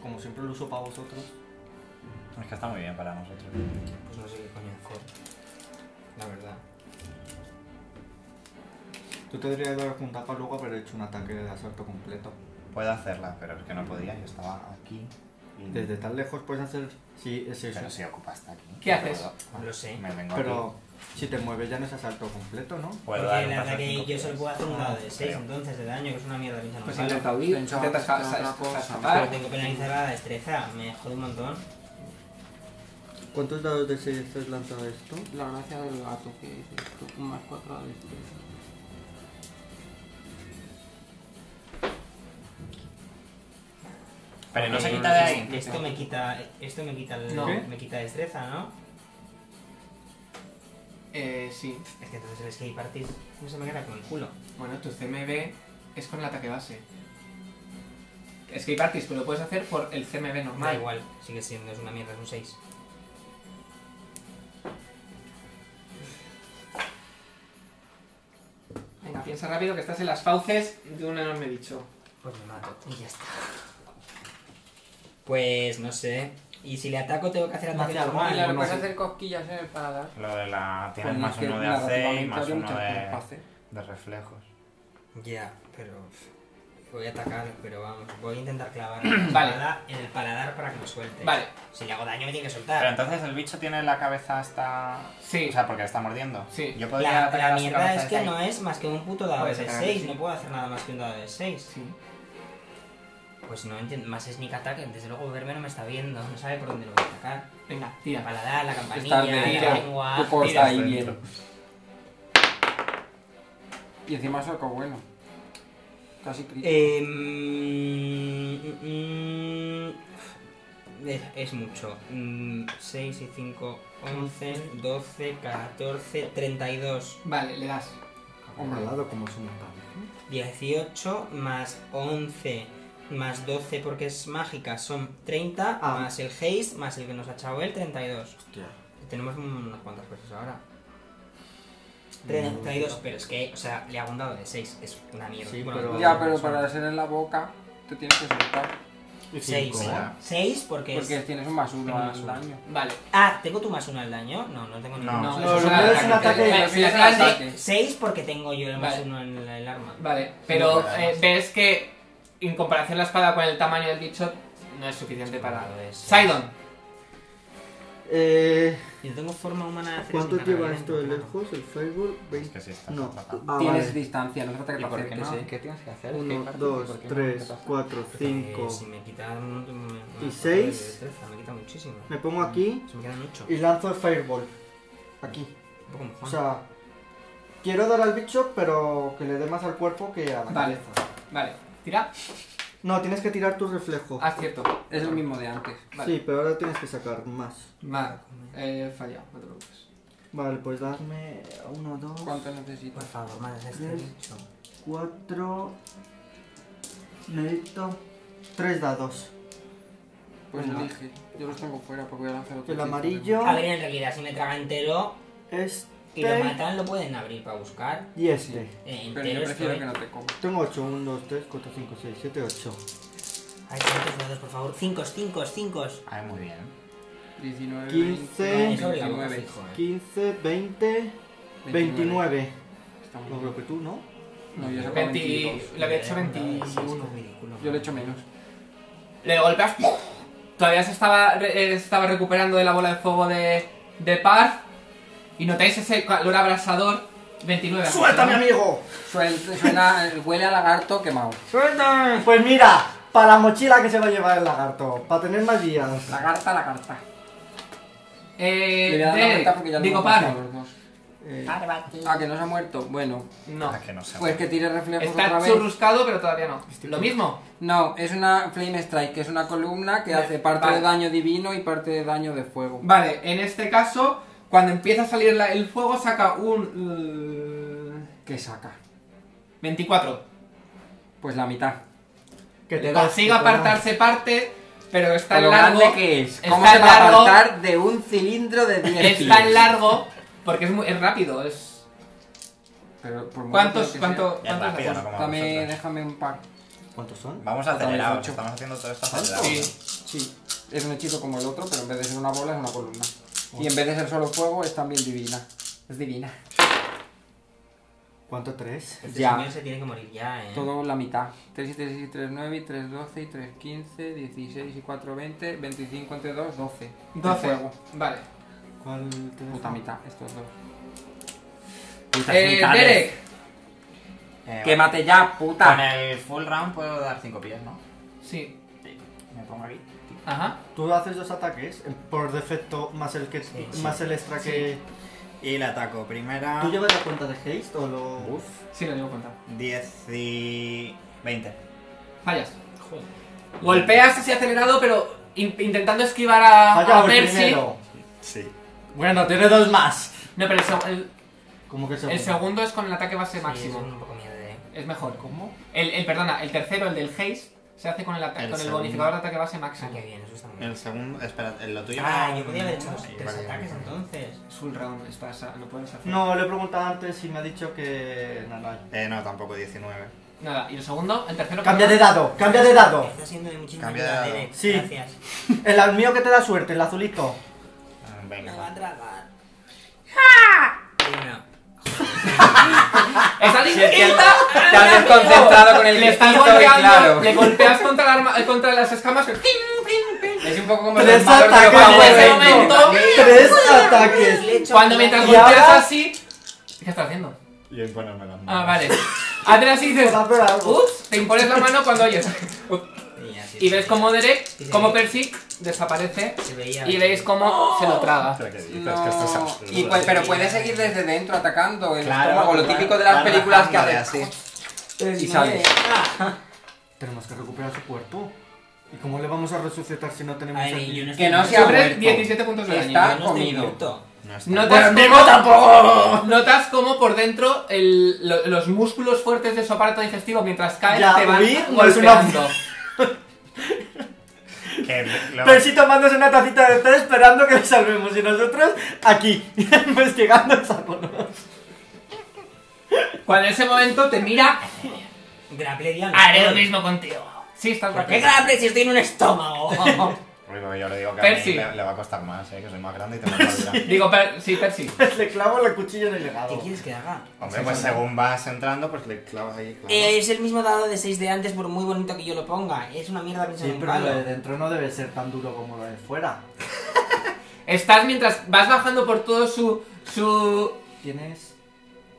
Como siempre lo uso para vosotros.
Es que está muy bien para nosotros.
Pues no sé qué coño hacer. La verdad.
Tú te deberías dar juntar para luego haber hecho un ataque de asalto completo.
Puedo hacerla, pero es que no podía, yo estaba aquí. y-
Desde tan lejos puedes hacer... Sí, es eso.
Pero si ocupa hasta aquí.
¿Qué haces?
puedo.
Lo sé.
Me vengo
Pero si te mueves ya no es asalto completo, ¿no?
aquí. Puedo
Porque
dar
el
un paso de
ataque
cinco
yo solo
pies.
puedo hacer un dado de
Ah,
6
creo.
entonces de daño, que es una mierda pincha
Pues
normal.
intenta huir,
Pensaba
intenta
que
esca-
era otra
esca-
cosa.
escapar.
Pero tengo penalizada la destreza, me jode un montón.
¿Cuántos dados de 6 has lanzado esto?
La gracia del gato que es esto, un más cuatro a destreza.
Pero no se
Eh,
quita de ahí.
Esto me quita, esto me quita, el-
No.
¿Qué?
me quita destreza, ¿no?
Eh, sí.
Es que entonces el skate party no se me queda con el culo.
Bueno, tu CMB es con el ataque base. Escape Artist, pero lo puedes hacer por el CMB
Da
normal.
igual, sigue siendo, es una mierda, es un 6.
Venga, piensa rápido que estás en las fauces de un enorme bicho.
Pues me mato y ya está. Pues no sé. Y si le ataco tengo que hacer
No
ataque
hace
Y
normal.
le
no
puedes
sé.
hacer cosquillas eh, en el paladar.
Lo de la... Tienes
Coño,
más
es que
uno de
la
AC y más
gracia aumentatoria
uno
no te
de,
lo
de reflejos.
Ya, pero pff, voy a atacar, pero vamos, voy a intentar clavar
Vale.
la en el paladar para que me suelte.
Vale,
Si le hago daño me tiene que
Pero
soltar.
entonces el bicho tiene la cabeza hasta...
Sí.
O sea, porque le está mordiendo.
Sí.
Yo podría
La,
atacar
la
a su
mierda
cabeza
es que
desde
no
ahí.
es más que un puto dado de
Puedes atacar,
6,
sí.
no puedo hacer nada más que un dado de 6.
sí.
Pues no entiendo, más sneak attack, desde luego verme no me está viendo, no sabe por dónde lo voy a atacar.
Venga,
El
tira.
paladar, la
Estás de
campanilla,
tira.
la
Tu
lengua...
coco está ahí
Dentro.
bien. Y encima es algo bueno. Casi crítico.
Eh, Em, mm, mm, es, es mucho. 6 y 5, 11, 12, 14, 32,
Vale, le das.
Hombre, dado como suma tal.
18 más 11 más 12 porque es mágica, son 30,
Ah.
más el haste, más el que nos ha echado él, 32. Tenemos unas cuantas cosas ahora. 32, pero es que, o sea, le ha dado de 6, es una mierda.
Sí,
Bueno,
pero-
Ya, pero para ser en la boca te tienes que soltar.
6,
cinco, ¿eh?
6 porque, es-
Porque tienes un más uno
Tengo más
al
uno.
daño.
Vale.
Ah, ¿tengo tu más 1 al daño? No, no tengo
No.
No,
No,
ninguno.
eso
lo
es
primero es un
ataque.
ataque y
Vale,
lo
si
siguiente
atacas
es
de-
un ataque.
6 porque tengo yo el más
Vale.
1 en el, el arma.
Vale, pero
no,
eh, ves que en comparación la espada con el tamaño del bicho no es suficiente para...
Lo es.
Sidon,
Eh,
Yo tengo forma humana de hacer
¿Cuánto
sin
lleva
cargamento,
esto de
claro.
lejos? ¿El Fireball?
Es
¿Veis?
que sí, está
No.
fatal.
Ah,
tienes
vale.
distancia, no hace falta que
¿Y
te
por qué no?
acerques, ¿eh?
¿Qué tienes que hacer? ¿Qué
1,
parte? ¿Por
2,
qué no?
3,
¿Qué
4,
Porque
5.
Eh, Si me quita. un- me- me-
¿Y
me-
seis?
de destreza, Me quita muchísimo. Mm,
Me pongo aquí
Se me quedan 8.
y lanzo el Fireball. Aquí.
Un poco mejor.
O sea, quiero dar al bicho, pero que le dé más al cuerpo que a la
Vale.
cabeza.
vale, tira,
No, tienes que tirar tu reflejo.
haz cierto.
Es el mismo de antes.
Ah, Vale.
Sí, pero ahora tienes que sacar más.
Vale, eh, fallado, no te preocupes.
Vale, pues darme 1, 2,
¿Cuánto necesitas?
Por favor, madre, este
Tres.
bicho.
4. Necesito 3 dados.
Pues
Venga.
elige. Yo los tengo fuera porque voy a lanzar otro.
El
hechizo.
amarillo,
A ver, en realidad, si me traga entero y lo
este
matan, lo pueden abrir para buscar.
y este.
Eh,
Pero yo
entero
prefiero
estoy.
que no te coma.
Tengo 8, 1, 2, 3, 4, 5, 6, 7, 8.
Ay, cuántos dados, por favor. 5, 5, 5.
Ay, muy bien.
19,
15,
29.
eh.
15, 20, 29. No creo que tú, ¿no?
No, yo saco
20,
22.
le había hecho 21.
21.
Yo le echo menos.
Le golpeas. ¡pum! Todavía se estaba, re- eh, estaba recuperando de la bola de fuego de, de Parf. Y notáis ese calor abrasador. 29. ¿no?
amigo!
Suel- suena, huele a lagarto quemado.
¡Suéltame! Pues mira, para la mochila que se va a llevar el lagarto, para tener más días.
Lagarta, lagarta.
Eh,
Le voy a dar la
Derek,
vuelta porque ya no
digo
me pasan
Parf.
los dos.
Eh,
Ah, que no se ha muerto. Bueno,
No.
Ah, que no se
pues que tire reflejos otra
Está
vez.
churruscado, pero todavía no. Lo mismo.
No, es una Flame Strike, que es una columna que
Bien,
hace parte
vale.
de daño divino y parte de daño de fuego.
Vale, en este caso, cuando empieza a salir la- el fuego, saca un. eh,
¿Qué saca?
24.
Pues la mitad.
que te da,
Consigue
que te da.
apartarse parte, pero está
Pero
en largo.
grande que es. ¿Cómo
está
se va a
largo.
apartar de un cilindro de 10
Es
kilos?
tan largo porque es, muy, es rápido. Es,
Pero por muy
¿Cuántos?
rápido que sea.
¿Cuánto?
Ya es
cuántos
rápido, ¿no?
hacemos?
Como
Dame,
vosotros.
déjame un par.
¿Cuántos son?
Vamos
Otra vez
acelerados,
ocho.
estamos haciendo todo esto acelerado.
Sí.
Sí, es un hechizo como el otro, pero en vez de ser una bola es una columna. Y en vez de ser solo fuego es también divina. Es divina.
¿Cuánto? ¿Tres?
Este
Ya.
señor se tiene que morir ya, eh.
Todo la mitad. 3 y 3 y 3, 9 y 3, 12 y 3, 15, 16 y 4, 20, 25 entre 2, 12.
12.
Fuego.
Vale.
¿Cuál te dejo?
Puta mitad, estos dos.
Eh, Derek,
Eh,
Quémate ya,
Con
puta.
el full round puedo dar 5 pies, ¿no?
sí.
Me pongo aquí.
Ajá.
Tú haces dos ataques eh, por defecto más el que
sí.
más el extra que.
Y le ataco. Primera.
¿Tú llevas la cuenta de haste o lo.?
Sí, lo llevo contado.
10 y. 20.
Fallas. Golpeas así acelerado, pero in- intentando esquivar a,
Falla
a
Ah, el
Percy.
primero.
Sí.
Bueno, tiene dos más.
No, pero el, seg- el-
¿Cómo que
el segundo es con el ataque base máximo.
Sí, es un poco eh. miedo de.
Es mejor. ¿Cómo? El, el- perdona, el tercero, el del Haze, se hace con el, ata-
El
con el
segundo.
bonificador de ataque base
Ah,
máximo.
qué bien, eso está muy bien.
El segundo. Espera, el- lo tuyo.
Ah,
no-
yo podía haber hecho
no,
tres
vale, vale,
ataques
vale.
entonces.
Es un round, es para esa- no puedes hacer.
No, le he preguntado antes y me ha dicho que. Nada.
Eh, no, tampoco 19.
Nada, y el segundo, el tercero.
Cambia de dado, cambia de dado.
Está siendo de muchísima
Cambia
ayuda,
de
Derek.
Sí.
Gracias.
El al mío que te da suerte, el azulito.
Ah,
Me
Venga,
va a
va.
tragar. Uno.
¡Estás
Te has desconcentrado con el
Le estás
vestido y
golpeando,
claro.
le golpeas contra, la arma- eh, contra las escamas. pero ¡ting, ting, ting!
Es un poco como
Tres
los magos de
ataques
Ocaña.
en ese
de
momento.
Tres ataques.
Cuando mientras
¿Y
golpeas
ahora?
así. ¿Qué estás haciendo?
Y en ponerme las manos.
Ah, vale. Atrás y dices.
Va a hacer algo.
Ups, te impones la mano cuando oyes.
Y, así
Y
se
ves
veía.
como
Sí,
Derek,
sí.
como Percy desaparece.
Se veía.
Y veis cómo se lo traga.
Oh.
Espera, ¿qué dices?
No,
Que esto es absurdo.
y pues- pero puedes seguir desde dentro atacando el
Claro,
estómago, lo
claro,
típico de las
claro,
películas que
dándole
haces.
así.
Y sales.
Ah,
Tenemos que recuperar su cuerpo. ¿Y cómo le vamos a resucitar si no tenemos
Ay,
aquí?
yo no estoy-
Que no se ha
Sufres
muerto.
17 puntos de daño.
yo
Está
no estoy este
comido.
muerto.
No está.
Pues
Notas cómo, tampoco. Notas cómo por dentro el- lo- los músculos fuertes de su aparato digestivo mientras caes
Ya,
te van
huir no es una-
golpeando.
Que lo-
Percy tomándose una tacita de té esperando que lo salvemos y nosotros aquí, [LAUGHS] investigando el saco.
Cuando en ese momento te mira,
Grapledian.
haré lo mismo contigo. Sí, estás
¿Por qué
rápido.
Graple si estoy en un estómago? [LAUGHS]
Uy, pero yo le digo que a
Percy.
mí le, le va a costar más, eh, que soy más grande y tengo más vida.
[LAUGHS] Digo, per- sí, Percy.
[LAUGHS] Le clavo la cuchilla en el legado.
¿Qué quieres que haga?
Hombre, pues según vas entrando, pues le clavas ahí. clavas.
Eh, es el mismo dado de 6 de antes, por muy bonito que yo lo ponga. Es una mierda pensar
Sí,
en un
pero lo de
palo.
dentro no debe ser tan duro como lo de fuera.
Estás mientras vas bajando por todo su, su
Tienes.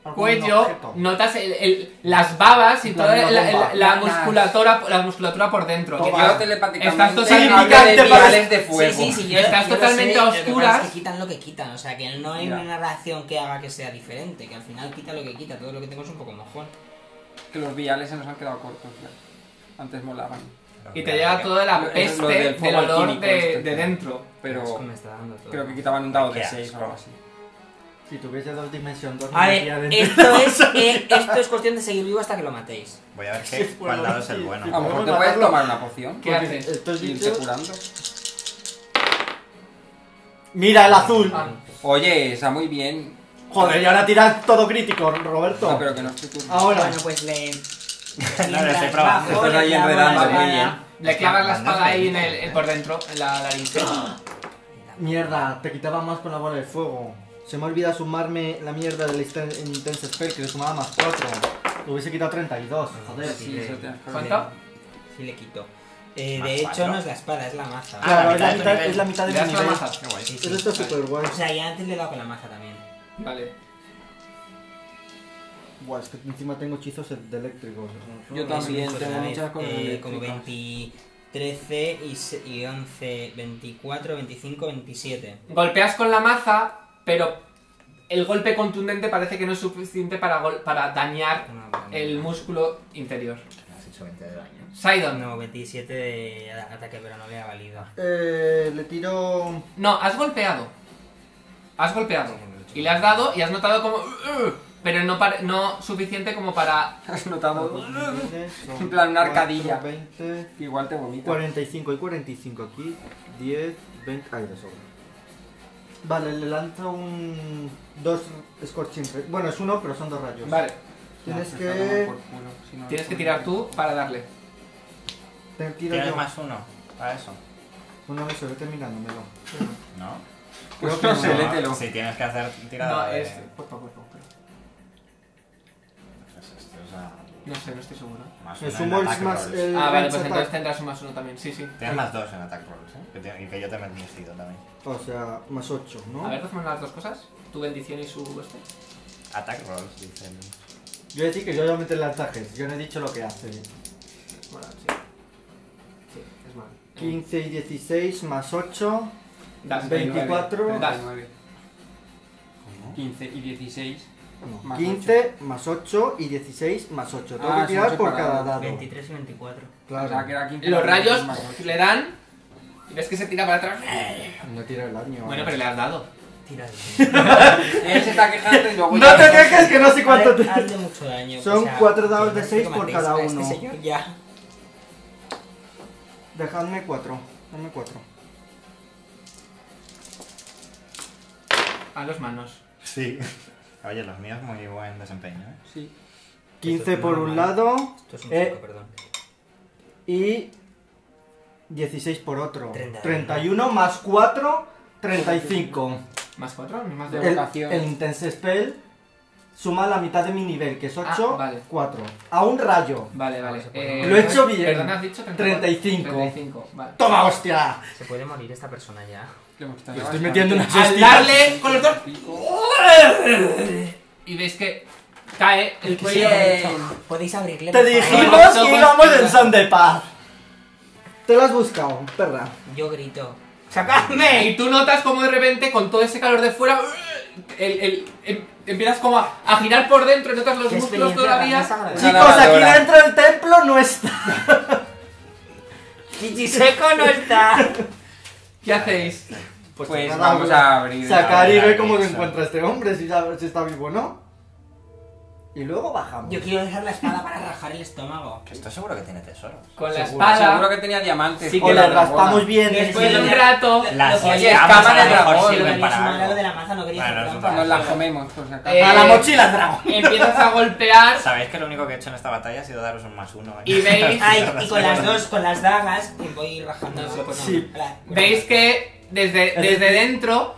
algún
cuello,
objeto?
notas el- el- las babas y
En
toda
plan,
la,
una bomba.
la- la
Ganas.
musculatura, la musculatura por dentro.
Que
Toma.
yo telepáticamente
Estás totalmente
hablo de
picante para-
viales de fuego.
Sí, sí, sí. Yo,
Estás
yo lo
totalmente
sé,
a
lo que pasa
oscuras.
Es que quitan lo que quitan, o sea, que no hay
Ya.
una reacción que haga que sea diferente. Que al final quita lo que quita. Todo lo que tengo es un poco mojón.
Que los viales se nos han quedado cortos ya. Antes molaban.
Y te llega toda
Lo-
la
lo
peste
del
del,
fuego
olor
alquímico
de,
este.
de dentro.
Pero
Asco me está dando todo.
creo que quitaban un dado
Qué
de
asco.
6 o algo así.
Si tuviese dos dimensiones, dos
A
energía
ver,
dentro.
esto es, eh, esto es cuestión de seguir vivo hasta que lo matéis.
Voy a ver qué, cuál dado es el
A lo
bueno.
mejor
Podemos
te puedes
matarlo.
tomar una poción.
¿Qué haces?
Estos
y irte
bichos-
curando.
Mira, el azul.
Ah,
Oye, está muy bien.
Joder, y ahora tiras todo crítico, Roberto.
No, pero que no es tu turno.
Ahora.
Bueno,
[LAUGHS]
pues le.
Claro, estoy probando.
bajo,
Estás ahí
le clavo
enredando,
la
muy
espada.
bien.
le clavas la espada ahí en el,
eh.
por dentro, en la laringe.
Ah,
Mierda, te quitaba más con la bola de fuego. Se me olvida sumarme la mierda del Inten- Intense Spell, que le sumaba más 4. Lo hubiese quitado 32, joder.
Sí, eso te has
¿Cuánto?
jodido.
Sí, le quito. Eh,
Más
de hecho,
cuatro.
no es la espada, es la maza.
Ah,
Claro,
la
es
mitad
la
de tu
mitad,
nivel.
es la mitad de
Le
mi
das una
¿eh?
nivel.
maza.
Qué guay.
Eso está súper guay.
O sea, ya antes le he dado con la maza también.
Vale.
Buah, es que encima tengo hechizos de eléctricos.
Yo
Eso
también
mucho
tengo
otra vez.
muchas cosas
Eh, como
eléctricas.
20, 13 y, se- y 11, 24, 25, 27.
Golpeas con la maza, pero el golpe contundente parece que no es suficiente para, gol- para dañar
No, no, no.
el músculo interior.
Has hecho 20 de daño.
Sidon.
No, 27 de ataque, pero no le ha valido.
Eh, le tiro...
No, has golpeado. Has golpeado. Y le has dado y has notado como... "Ugh", Pero no, para- no suficiente como para...
[LAUGHS] Has notado
En
En plan, una arcadilla.
20,
que igual te vomita.
45 y 45 aquí. 10, 20... Ahí de sobra. Vale, le lanzo un... Dos Scorching Ray. Bueno, es uno, pero son dos rayos.
Vale.
Tienes
Ah, pues,
que...
por culo, si no-
Tienes que tirar
[LAUGHS]
tú para darle.
Te tiro
Tienes
yo.
más uno para eso.
Una vez se ve terminándomelo.
¿No?
Pues
Creo
no
que
sé,
no.
lételo.
Si tienes que hacer
No,
tirada de...
es... Cuerpo a cuerpo. creo.
pues este, o sea,
No sé, no estoy seguro.
más
Me
uno
sumo
en
el
ataque
más...
rolls.
el
Ah, vale,
range
pues
attack.
entonces tendrás un más uno también. Sí, sí.
Tienes más dos en attack rolls, ¿eh? Que tiene- Y que yo te he metido también.
O sea, más 8, ¿no?
A ver, hacemos las dos cosas. Tu bendición y su... Este.
Attack rolls, dicen.
Yo decir que yo voy a meter lanzajes, yo no he dicho lo que hace.
Bueno, sí. Sí, es mal.
15 y 16 más 8.
Das.
24.
39. 15 y 16.
no,
Más
15 más 8 y 16 más 8. Tengo
Ah,
que
son
tirar
ocho
por
para
cada dado.
23 y 24.
O sea,
Claro.
que era 15
Los rayos
más ocho.
le dan... Y ves que se tira para atrás.
No tira el daño.
Bueno, pero le has dado.
Tira de
Él se está quejando y luego.
No
ya-
te quejes que no sé cuánto te.
Hazle- hazle mucho daño.
Son
o sea,
cuatro dados
que
de
no
seis
te
por
matéis
cada
a este
uno.
señor ya.
Dejadme 4. Dame 4.
A los manos.
[LAUGHS] Sí. Oye, los míos muy buen desempeño, ¿eh?
Sí.
15
es
por un
normal.
lado
Esto es un
Eh,
chico, perdón.
y 16 por otro.
Treinta y uno.
31 más 4, 35.
¿Más cuatro? ¿Más de
De
El,
vocación.
el Intense Spell suma la mitad de mi nivel, que es 8,
Ah, vale.
4. A un rayo.
Vale, vale. Eh,
Lo he hecho bien.
Perdón, has dicho 34?
35.
35, vale.
¡Toma, hostia!
Se puede morir esta persona ya.
Le hemos quitado
Le
bastante.
estoy metiendo unas
Al
hostias.
darle con los dos
Pico.
y veis que cae el cuello.
Podéis abrirle.
Te
por favor?
dijimos que íbamos en son de paz. Te lo has buscado, perra.
Yo grito.
Y [LAUGHS]
¡Sacadme!
tú notas como de repente con todo ese calor de fuera el, el- em- empiezas como a, a girar por dentro y notas los
Qué
músculos
experiencia tan
todavía.
desagradable.
Chicos, aquí
lavadora.
dentro del templo no está.
Kichiseco no está.
¿Qué hacéis?
Pues vamos a abrir.
Sacar y
abrir
ver
la
cómo se
pizza.
encuentra este hombre, si, sabe- si está vivo o no. Y luego bajamos.
Yo quiero dejar la espada para rajar el estómago.
Que estoy seguro que tiene tesoros.
Con la
Seguro,
espada.
seguro que tenía diamantes.
Sí
con
O
que
la
lo
dragona.
raspamos bien. ¿eh?
Tienes
Después de un
la-
rato.
la-
Las
lo que-
Oye,
escamas
escama
a
de
lo mejor
dragón,
Lo que
sirven
no es
para
malo
algo.
de la maza, no quería
Bueno,
hacer
es un
trampa.
Nos las comemos, por si acaso.
Eh,
¡A la mochila, dragón!
Empiezas a golpear
Sabéis que lo único que he hecho en esta batalla ha sido daros un más uno. ¿eh?
y
[LAUGHS]
veis.
Ay, y con las dos, con las dagas, y voy rajando. pues,
No se puede.
Sí. Hola.
Veis que desde, desde dentro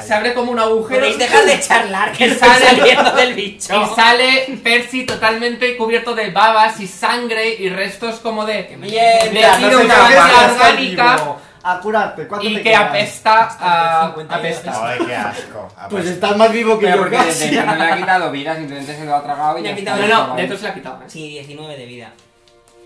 se abre como un agujero.
Podéis dejar de charlar, que estoy
Sale-
saliendo del bicho.
Y sale Percy totalmente cubierto de babas y sangre y restos como de.
Bien,
de vida
no
ya,
sé qué
humana
hacer, estás
orgánica.
vivo. A curarte, ¿cuánto
y
te
que
quedan?
apesta a.
Hasta el 52.
apesta.
Ay, qué asco. Ah,
Pues
pues-
estás más vivo que
Pero
yo
porque desde
casi. [LAUGHS]
que no le ha quitado vida, simplemente se lo ha tragado y
Le
ya
ha
está.
quitado-
No,
Ay,
no, de hecho se la ha quitado. ¿eh?
Sí, 19 de vida.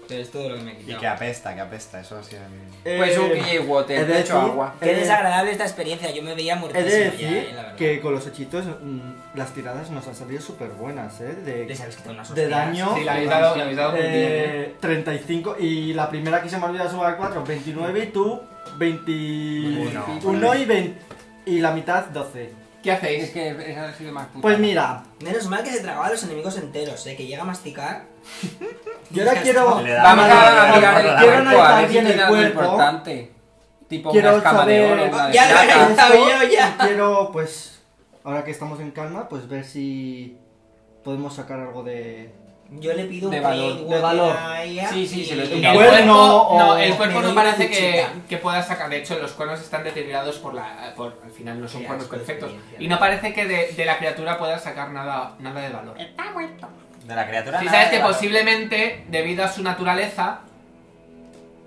Pero es todo lo que me he
Y
quitado.
que apesta, que apesta. Eso sí. es-
Pues un
Eh,
PJ
he
Water,
de
de hecho
decir-
agua.
he
Qué
de-
desagradable esta experiencia, yo me veía
He
muertísimo
de
ya,
decir
eh, la verdad.
que con los hechizos mm, las tiradas nos han salido súper buenas, ¿eh?
Les
De,
habéis quitado unas
de
hostias.
daño.
Sí, le habéis dado, le habéis dado muy bien. ¿eh?
eh, 35 y la primera que se me olvida sumar 4, 29 y tú 21
Uno.
y 20 y la mitad 12.
¿Qué
Es
hacéis?
que esa ha sido más puta.
Pues mira,
Menos mal que se tragaba a los enemigos enteros, eh, que llega a masticar.
yo ahora quiero
Le
Vamos a
Quiero
mirar el
analizar
cuerpo, a ver si
bien el
tiene algo
cuerpo.
importante. Tipo
Quiero
una escama de
saber-
oro, una de
Ya lo he
plata.
analizado.
[LAUGHS]
Estaba
esto,
yo ya.
y quiero pues ahora que estamos en calma, pues ver si podemos sacar algo de
Yo le pido
De
un
valor,
plate
de
water
valor.
a ella
Sí, sí,
y-
se lo he
y-
El
tumbado.
cuerpo,
Bueno, o-
no, el cuerpo
Me
no
doy
parece que,
cuchita.
que pueda sacar. De hecho, los cuernos están deteriorados por la. Por, al final no son
Qué
cuernos
asco de
perfectos.
experiencia.
Y no parece que de, de la criatura pueda sacar nada, nada de valor.
De la criatura.
Si
nada
sabes
de
que
valor.
posiblemente, debido a su naturaleza,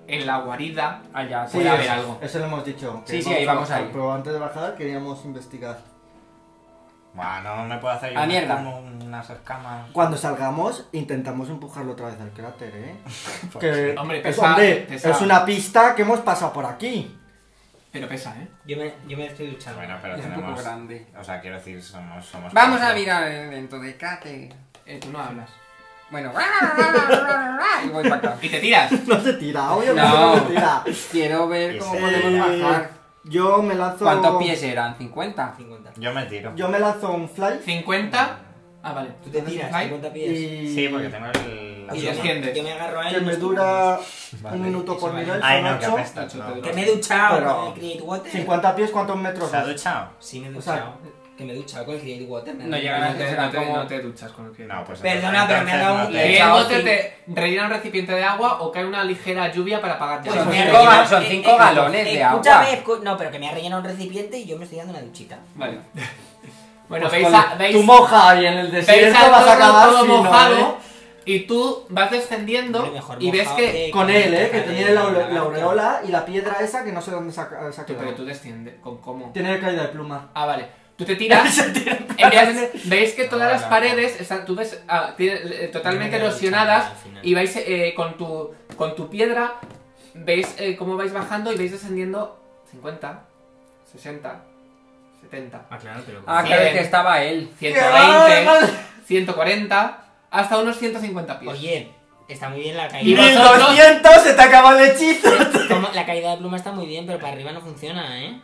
en la guarida
Allá,
puede haber algo.
Eso lo hemos dicho. que
Sí, sí, ahí vamos
a bajar,
ahí.
Pero antes de bajar queríamos investigar.
Buah, no me puedo hacer yo
A
una-
mierda.
como unas escamas.
Cuando salgamos, intentamos empujarlo otra vez al cráter, ¿eh? Que-
Hombre,
es-
pesa,
hombre,
pesa.
es una pista que hemos pasado por aquí.
Pero pesa, ¿eh?
Yo me, yo me estoy duchando.
Bueno, pero
Es un poco
tenemos.
grande.
O sea, quiero decir, somos. somos
Vamos a
cuatro.
mirar el evento de Kate.
Eh, Tú no hablas.
Bueno, [LAUGHS] y voy para acá.
Y te
[LAUGHS]
tiras.
No se tira, obviamente no,
No.
se tira.
Quiero ver cómo
Sí.
podemos
Eh,
bajar.
Yo me lanzo.
¿Cuántos pies eran? ¿50?
50.
Yo me tiro.
Yo me lanzo un fly
50. Ah, vale.
Tú te tiras,
Fly.
50 pies.
y.
Sí, porque tengo el. la
Y
yo,
zona.
desciende.
me, yo me agarro a él.
Que
y
me
nos
dura
Vale.
un minuto por
Eso
nivel,
vale.
Ay,
son
no, que
8.
apesta.
Ocho,
no.
pero-
Que me he duchado
Pero-
con el Create Water.
50 pies, ¿cuántos metros
¿Se ha
son?
duchado?
Sí, me he
O sea-
duchado. que me he duchado con el Create Water. me
No
han-
llega.
No te, no te-
Como-
no te duchas con el que.
No, pues.
Perdona, pero me ha dado un-
entonces no
Y
te-
el
Chao,
bote
fin.
te rellena un recipiente de agua o cae una ligera lluvia para apagar
Pues
ya.
me ha
cinco
rellenado-
ga- son
eh,
cinco
eh,
galones de agua.
Escúchame, escu- no, pero que me ha rellenado un recipiente y yo me estoy dando una duchita.
[LAUGHS]
Vale. Bueno,
Pues
veis,
con
a,
el-
veis,
Tú moja y en el
veis
desierto
al
vas a
zorro
acabar
todo
fino, ¿eh?
mojado y tú vas descendiendo
Hombre, mejor
y ves
mojado
que...
Con él, ¿eh?
con
Que
el
tenía la, aure-
lagarto.
la aureola y la piedra esa que no sé dónde se ha, se ha
Tú, pero
quedado.
tú desciendes, ¿con cómo?
Tiene caída de pluma. [LAUGHS]
Ah, vale. Tú te tiras,
[LAUGHS]
empiezas a descender, veis que
Ah,
todas
No,
las
no.
paredes están, tú ves, ah, tiene- eh, totalmente
Me quedo
erosionadas
duchando al final.
y vais eh, con, tu, con tu piedra, veis eh, cómo vais bajando y vais descendiendo 50, 60, 70,
Ah, claro, pero.
Ah, claro, es que estaba él.
Ah,
120, 140, hasta unos 150 pies.
Oye, está muy bien la caída.
Y vosotros-
1200 se te acaba el hechizo.
Como La caída de pluma está muy bien, pero para arriba no funciona, ¿eh?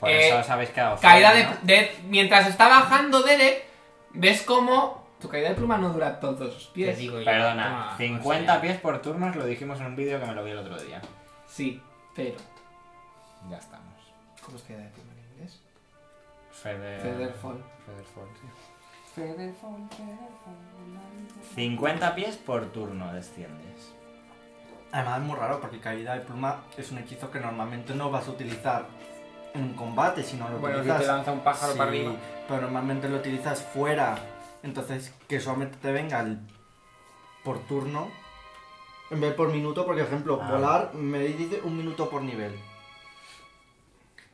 Por
Eh,
eso os habéis quedado. fuera,
Caída de,
¿no?
de- Mientras está bajando Derek, ves cómo tu caída de pluma no dura todos los
Te
pies.
digo yo.
Perdona,
Ah,
toma,
pues
50
o sea,
pies por turnos lo dijimos en un vídeo que me lo vi el otro día.
Sí, pero...
Ya estamos.
¿Cómo es caída de pluma en inglés?
Feder...
Federfall.
Federfall, sí. 50 pies por turno desciendes.
Además es muy raro porque caída de pluma es un hechizo que normalmente no vas a utilizar en combate, sino lo
Bueno, si
utilizas.
te lanza un pájaro
Sí,
para arriba.
Pero normalmente lo utilizas fuera. Entonces, que solamente te venga el por turno. En vez de por minuto, porque por ejemplo,
Ah.
volar me dice un minuto por nivel.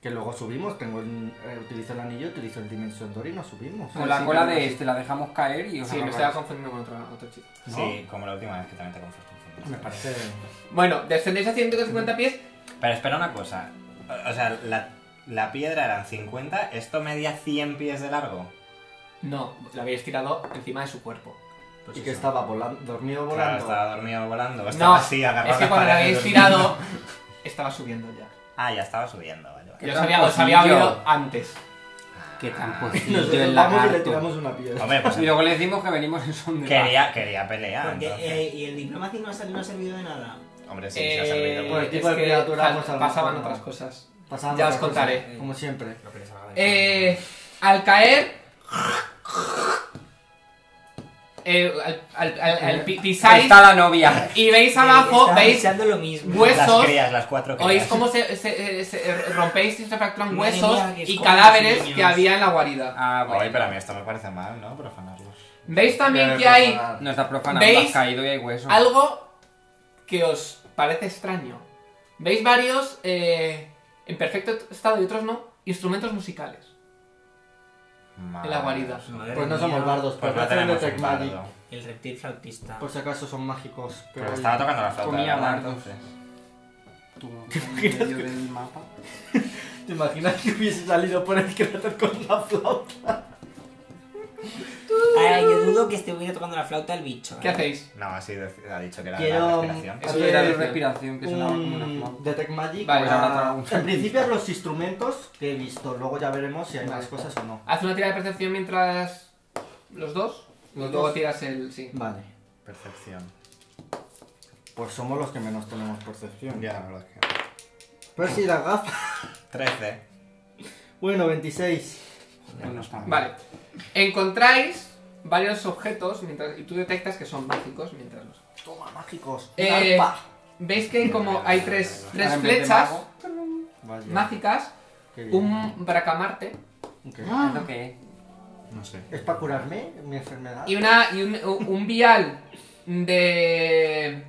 Que luego subimos, tengo el- eh, utilizo el anillo, utilizo el Dimension Door y nos subimos.
Con la
Así
cola
que-
de este, la dejamos caer y os
Sí, me
agarráis.
estaba confundiendo con otro, otro chico.
¿No?
Sí, como la última vez que también te confundí.
Me parece.
Bueno, descendéis a 150 pies.
Pero espera una cosa. O o sea, la, la piedra eran 50, esto medía 100 pies de largo.
No, lo habéis tirado encima de su cuerpo.
Pues
y que
eso.
estaba volando, dormido
Claro,
volando.
estaba dormido volando.
No,
Estaba así, agarrado
es que
a la
cuando lo
pared y
habéis
durmiendo. [LAUGHS]
tirado, estaba subiendo ya.
Ah, ya estaba subiendo, vale. vale.
Yo os había, os había
tramposillo.
oído antes.
Qué tramposillo
Nosotros
el
vamos y le
lagarto.
tiramos una piedra.
Hombre,
[LAUGHS]
pues
Y luego le decimos que venimos en son de paz.
quería, quería pelear.
Porque,
entonces.
eh, y el diplomacy no ha, sal- no ha servido de nada.
Hombre, sí, se ha servido.
por
Eh,
el
es
tipo de
que
criatura,
fal-
pues, a lo
pasaban
mejor no.
otras cosas.
Pasando
Ya os
otra cosa,
contaré.
Como siempre.
Lo que les haga de-
Eh, al caer. eh, al, al- al- al pi- pisáis
Está la novia.
y veis
Estaba
abajo, veis,
pensando lo mismo.
huesos.
Las crías, las cuatro crías.
oís cómo se, se- se- se rompéis y se fracturan
Madre
huesos
mía, que
y
escondes,
cadáveres
niños.
que había en la guarida.
Ah, bueno.
Oye, pero a mí esto me parece mal, ¿no? Profanarlos.
Veis también
Pero
que hay
preparar.
Nos está profanando,
¿Veis?
has caído y hay hueso.
algo que os parece extraño. Veis varios eh, en perfecto estado y otros no, instrumentos musicales en la guarida.
Madre
Pues no
mía.
somos bardos,
Pues
pero
no
hacen de
tenemos un
Tecmadi.
bardo.
El reptil flautista.
Por si acaso son mágicos. Pero,
Pero estaba tocando la flauta.
Comía
¿verdad?
bardo.
Entonces.
Tú, en medio del mapa.
¿Te imaginas que hubiese salido por el cráter con la flauta?
Ay, yo dudo que estuviera tocando la flauta el bicho.
¿Qué
¿eh?
hacéis?
No, así de- ha dicho que era la
Quiero
respiración.
Eso
Eso era de
decía.
respiración, que sonaba como una
un
flauta.
Detect Magic.
Vale,
para-
ahora trago un-
En principio los instrumentos que he visto. Luego ya veremos si hay más cosas o no.
Haz una tira de percepción mientras los dos.
Los
Luego
dos.
tiras el sí.
Vale.
Percepción.
Pues somos los que menos tenemos percepción.
Ya, la verdad es que.
Pero si las gafas.
13.
Bueno, 26.
Pues no está mal.
Vale. Encontráis varios objetos mientras y tú detectas que son mágicos mientras los.
Toma, mágicos. Un
Eh,
arpa.
Veis que hay como hay tres, tres
Ahora, en vez de
flechas
mago, pues
Vaya,
mágicas,
qué bien.
un bracamarte
Ok.
¿Eso qué es?
No sé.
¿Es para curarme mi enfermedad?
y una y un, un vial de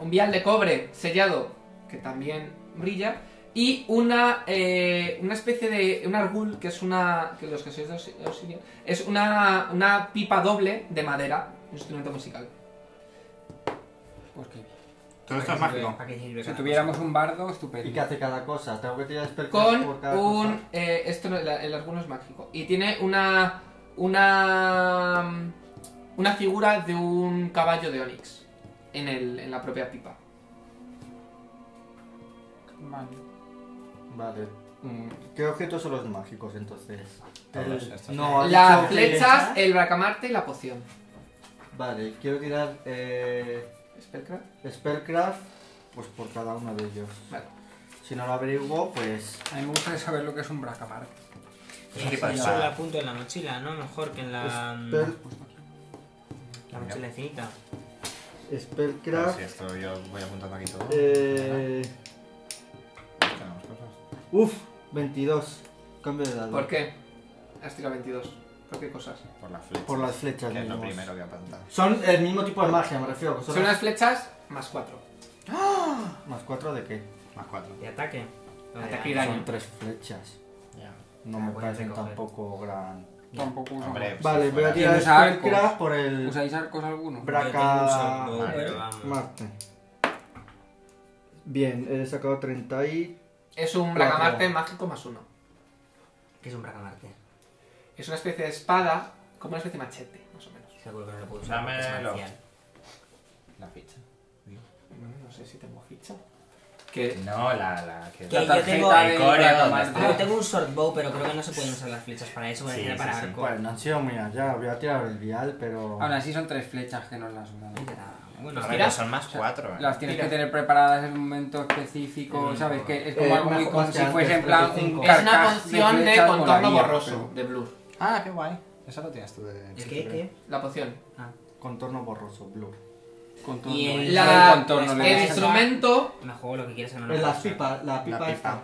un vial de cobre sellado que también brilla y una eh, una especie de un argul que es una que los que sois de Obsi- de Obsidian, es una una pipa doble de madera un instrumento musical
Pues qué bien.
Todo esto es mágico.
¿Para qué sirve
Si
cada
tuviéramos un bardo,
¿Y
estupendo.
qué hace cada cosa? ¿Tengo que tirar
con
expertos por cada
un
cosa?
eh, esto no, la- el alguno es mágico y tiene una una una figura de un caballo de onix en, el, en la propia pipa
Vale.
Vale. Mm, ¿Qué objetos son los mágicos entonces?
Todos
El-
estos.
No, ha
las
dicho que-
flechas el bracamarte y la poción
Vale, quiero tirar eh,
Spellcraft.
Spellcraft pues por cada uno de ellos.
Vale.
Si no lo averiguo, pues
A mí me gustaría saber lo que es un bracamarte.
Es un tipo de
cosa? Solo
espada.
apunto en la mochila, ¿no? Mejor que en la, mm,
Spell-
la mochila infinita.
Pero
Spellcraft...
Si esto yo voy apuntando aquí todo.
eh,
Tenemos cosas.
uf, 22. Cambio de dado.
¿por qué? has tirado 22 ¿por qué cosas?
Por las flechas.
Por las flechas,
Que es lo
digamos.
primero que apunta.
Son el mismo tipo de magia, me refiero. que Son
son las flechas más 4
¿Más cuatro de qué?
Más cuatro.
De ataque. No, de
Ataque y daño.
Son tres flechas.
Ya.
No
Ah,
me
bueno,
parecen
te coger.
tampoco gran...
Tampoco uso.
Hombre, si
Vale, voy
fuera-
a tirar
¿Tienes arcos?
Spellcraft por el...
¿Usáis arcos alguno?
Bra-
Yo tengo un
Braca-
shortbow,
Vale.
pero vamos.
Marte. Bien, he sacado 30 y...
es un
Cuatro.
bracamarte mágico más 1
¿Qué es un bracamarte?
es una especie de espada como una especie de machete más o menos
Seguro que no lo puedo usar. porque es
Dámelo.
marcial.
La ficha.
Bueno, no sé si tengo ficha que
No, la, la que.
¿Qué?
La
yo tengo-
tarjeta de
El core,
bracamarte.
Ah, yo tengo un shortbow, pero creo que no se pueden usar las flechas para eso. Voy a
Sí,
tirar
sí,
para
sí.
arco.
Bueno, no han sido muy allá, voy a tirar el vial, pero...
Aún así son tres flechas que nos las dan.
Bueno,
No,
tira.
pero son más cuatro. ¿eh?
Las tienes
Mira.
que tener preparadas en un momento específico,
Mm.
¿sabes? Que es como
Eh,
algo muy
mejor
como
que
si
antes,
fuese en plan un
35.
es una
carcaj
poción de
flechas
contorno
molaría,
borroso
pero-
de blur
Ah, qué guay. Eso lo tienes tú de.
¿Es que qué?
la poción
Ah,
Contorno borroso, blur.
Contorno.
Y el-
es
La-
el contorno, le
el
El
das-
instrumento,
me juego lo que quieras que no lo
En
puedo
las
usar.
pipas, Eh, la pipa,
pipa.
esta.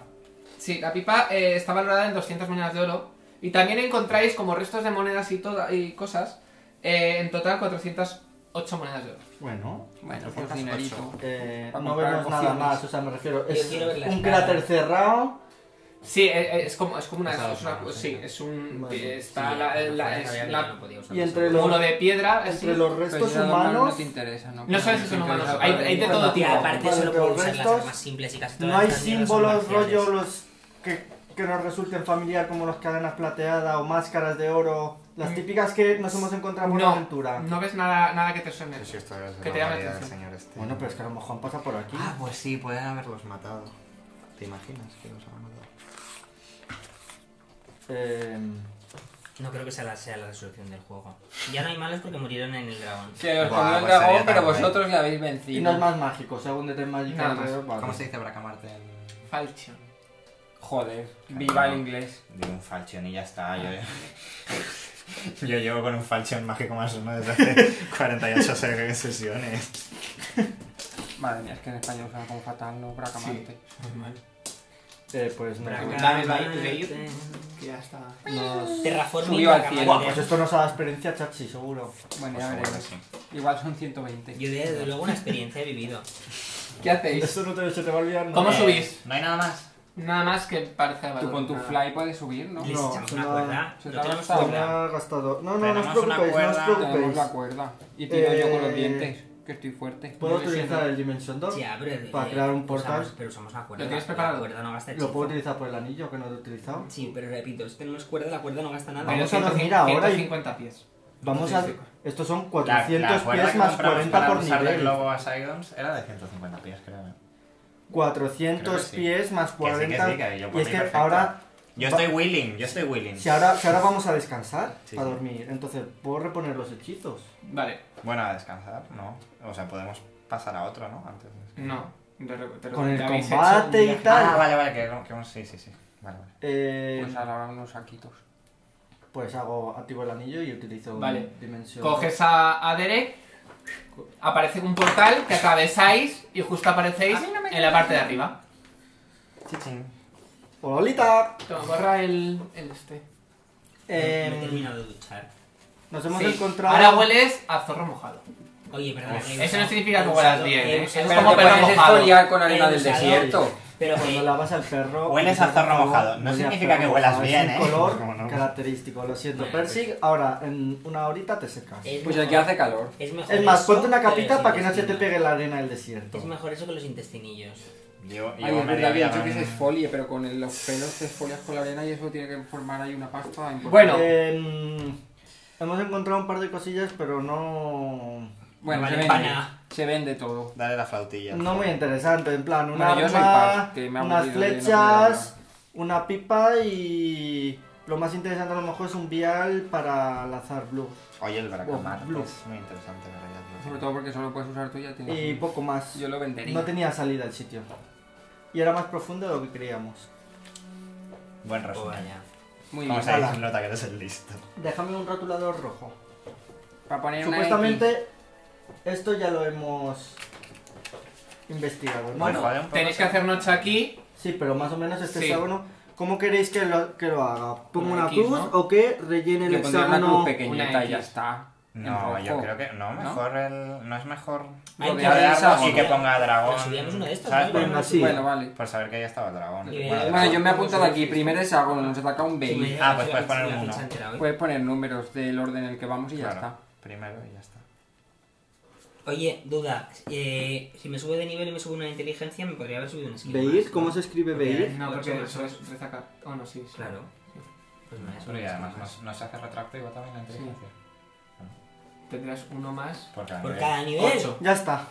sí, la pipa eh, está valorada en 200 monedas de oro. Y también encontráis como restos de monedas y, toda, y cosas, eh, en total 408 monedas de oro.
Bueno,
Bueno, pues
Ocho.
cocinerito.
eh,
Para
no
comprar
vemos nada
pociones.
más, o sea, me refiero, es
quiero ver la
un
espada.
cráter cerrado.
Sí, eh, eh, es como, es como una...
Esa
es una-
dos manos,
sí,
sí.
es un... eh,
Vale.
Está
Sí,
la-
a lo
la-
mejor
es
sabía que
la-
yo no podía usar
Y
eso.
entre los,
uno de piedra, así.
entre los
Pero
restos
si son humanos
humanos,
no te interesa, ¿no?
No sabes si son
Te
humanos,
interesa
hay-
para
hay de
mí.
todo
Y
tipo.
aparte
Vale,
solo
pero
puedo usar las
restos,
armas simples y casi todas
no hay
las armas son
símbolos
marciales.
rollo los que, que nos resulten familiar como los cadenas plateadas o máscaras de oro, las
Mm.
típicas que nos hemos encontrado por la
No,
aventura.
no ves nada, nada que te suene.
Sí, sí, esto es
Que
la
te llama la
guarida del
atención.
señor este.
Bueno, pero es que a lo mejor pasa por aquí.
Ah, pues sí, pueden haberlos matado. ¿Te imaginas que los han matado?
Eh,
No creo que sea la, sea la resolución del juego. Ya no hay malos porque murieron en el dragón.
Se os
Buah,
comió el
pues sería
dragón, pero
tan guay.
vosotros le habéis
y no es
vencido.
más mágico, según Detect Magic
Nada más.
alrededor, vale.
¿Cómo se dice bracamarte en.?
Falchion.
Joder, viva el inglés.
Digo un falchion y ya está. Yo, Ah. yo llevo con un falchion mágico más uno desde [LAUGHS] hace 48 se- sesiones.
Madre mía, es que en español suena como fatal, no bracamante.
Eh, pues no.
Braca. Dame
Bracamante.
like, leíd. Que ya está.
Nos-
Terraforming
Subió al cielo.
Buah,
Bracamante.
pues esto nos ha dado experiencia, chachi, seguro.
Bueno,
Pues
ya
seguro que
veremos.
sí.
Igual son 120.
Yo desde luego una experiencia he vivido.
¿Qué hacéis?
Eso no te, se te va a olvidar.
¿Cómo
nada.
se- subís?
No hay nada más.
Nada más que parecer valor.
Tú con tu
nada.
fly puedes subir, ¿no?
Les
No,
echamos
se
una
la-
cuerda.
se
No
la
tenemos
lanza.
Me
cuerda.
ha gastado. No, no, no os
Tenemos una
preocupéis, no os
cuerda.
Tenemos
preocupéis.
la cuerda. Y tiro yo con los
pues, Eh,
dientes, que estoy fuerte.
Puedo
Me lesiono.
utilizar el Dimension Door
Ya, pero-
para
eh,
crear un
usamos-
portal.
pero usamos la cuerda.
¿Lo tienes
la-
preparado?
La cuerda no gasta
Lo puedo
hechizo.
utilizar por el anillo que no lo he utilizado.
Sí, pero repito, si tenemos cuerda, la cuerda no gasta nada.
Pero
Vamos a
150
dormir ahora y-
150 pies.
Vamos a. Estos son 400
cuerda
pies
que
más
compramos
40
para
por
usar del
nivel.
globo a Sidons era de 150 pies, creo. ¿no?
400
Creo que sí.
pies
Que
más
sí,
40.
que sí, que yo
y
por
es
mí
que
perfecto.
ahora
Yo
va-
estoy willing, yo estoy willing.
si, ahora, si ahora vamos a descansar
Sí,
para
sí.
dormir, entonces puedo reponer los hechizos.
Vale,
Bueno, a descansar, no. O sea, podemos pasar a otro, ¿no? Antes de-
no. Te re- te re-
Con el
te habéis hecho
combate
un
y
viaje.
tal.
Ah, vale, vale, que, que hemos- sí, sí, sí. Vale, vale.
Eh,
Pues ahora unos saquitos.
pues hago activo el anillo y utilizo un
Vale.
dimensión.
Coges a, a Derek, aparece un portal que atravesáis y justo aparecéis en la parte de arriba.
¡Lolita!
Toma, borra el, el este.
Me- me he
Em,
terminado de duchar.
nos hemos
Sí.
encontrado.
Ahora hueles a zorro mojado.
Oye, perdón.
Eso no significa que huelas bien, ¿eh? Es
Pero
como
te
perro
puedes
mojado.
exfoliar con harina
Eh,
del
usado.
desierto.
Pero
Cuando
eh,
lavas al perro.
Hueles a zorro mojado. No
Huele a
significa
perro
que huelas
mojado.
bien,
es
¿eh?
un color
Cómo no.
característico, lo siento.
Bueno, pues-
Persig, ahora en una horita te secas.
es
Pues
mejor-
el que hace calor.
Es mejor.
Es más,
eso
ponte una
que los
capita para que no se te
intestinos.
pegue la arena del desierto.
Es mejor eso que los intestinillos.
Yo, yo
Ay, es
me
verdad, había
diría
dicho que
un-
se exfolie, pero con el- los pelos te exfolias con la arena y eso tiene que formar ahí una pasta importante.
Bueno.
Em, hemos encontrado un par de cosillas, pero no.
Bueno,
Vale,
se, vende,
pana.
se vende todo.
Dale la flautilla.
No muy interesante. En plan, una
Bueno, yo soy
arma,
paz, que me ha
unas
aburrido de no
flechas, una pipa y. Lo más interesante a lo mejor es un vial para lanzar blue.
Oye, el bracamar
Blue.
es muy interesante, pero ya te lo
Sobre
digo.
todo porque solo puedes usar tú y ya tienes.
Y
uno.
poco más.
Yo lo vendería.
No tenía salida el sitio. Y era más profundo de lo que creíamos.
Buen
O
resumen.
Oh, vaya.
Muy bien.
Vamos a
Ala.
ir, nota que eres el listo.
Déjame un rotulador rojo.
Para poner una X.
Supuestamente, esto ya lo hemos investigado, ¿no?
Bueno,
Vale, un poco
tenéis que
así.
hacer noche aquí.
Sí, pero más o menos este
Sí.
hexágono. ¿Cómo queréis que lo, que lo haga? ¿Pongo
Una
una
X,
cruz
¿no?
o que rellene el
Le pondría una cruz
hexágono?
una
pequeñita y
X.
ya está.
No,
En
yo
rojo.
creo que. No,
¿No?
mejor el. No es mejor.
Ay,
Lo de
ya
ahora
verás,
es algo.
Y que ponga dragón.
Pero subíamos uno de estos,
¿Sabes?
¿no?
Por-
Venga, sí.
Bueno, vale.
Por saber que ya estaba el dragón.
Y-
Bueno,
Bueno, yo me he apuntado aquí. Primer hexágono, nos ataca un
Si me
baby.
dejas
pues
la
puedes
ficha-
poner
la
uno.
ficha entera hoy.
Puedes poner números del orden en el que vamos y ya
claro,
está.
Primero y ya está.
Oye, duda. eh, si me sube de nivel y me sube una inteligencia, me podría haber subido un skill.
¿Veis
más,
¿Cómo
¿no?
se escribe
Porque-
Veir?
No, porque
Ocho,
eso es rezacar. Oh, no, sí. sí.
Claro. Pues me voy a subir
Pero y
un
además
skill más.
nos, nos hace retractivo también la inteligencia.
Tendrás uno más.
Porque a
Por
nivel,
cada nivel.
Ocho.
Ya está.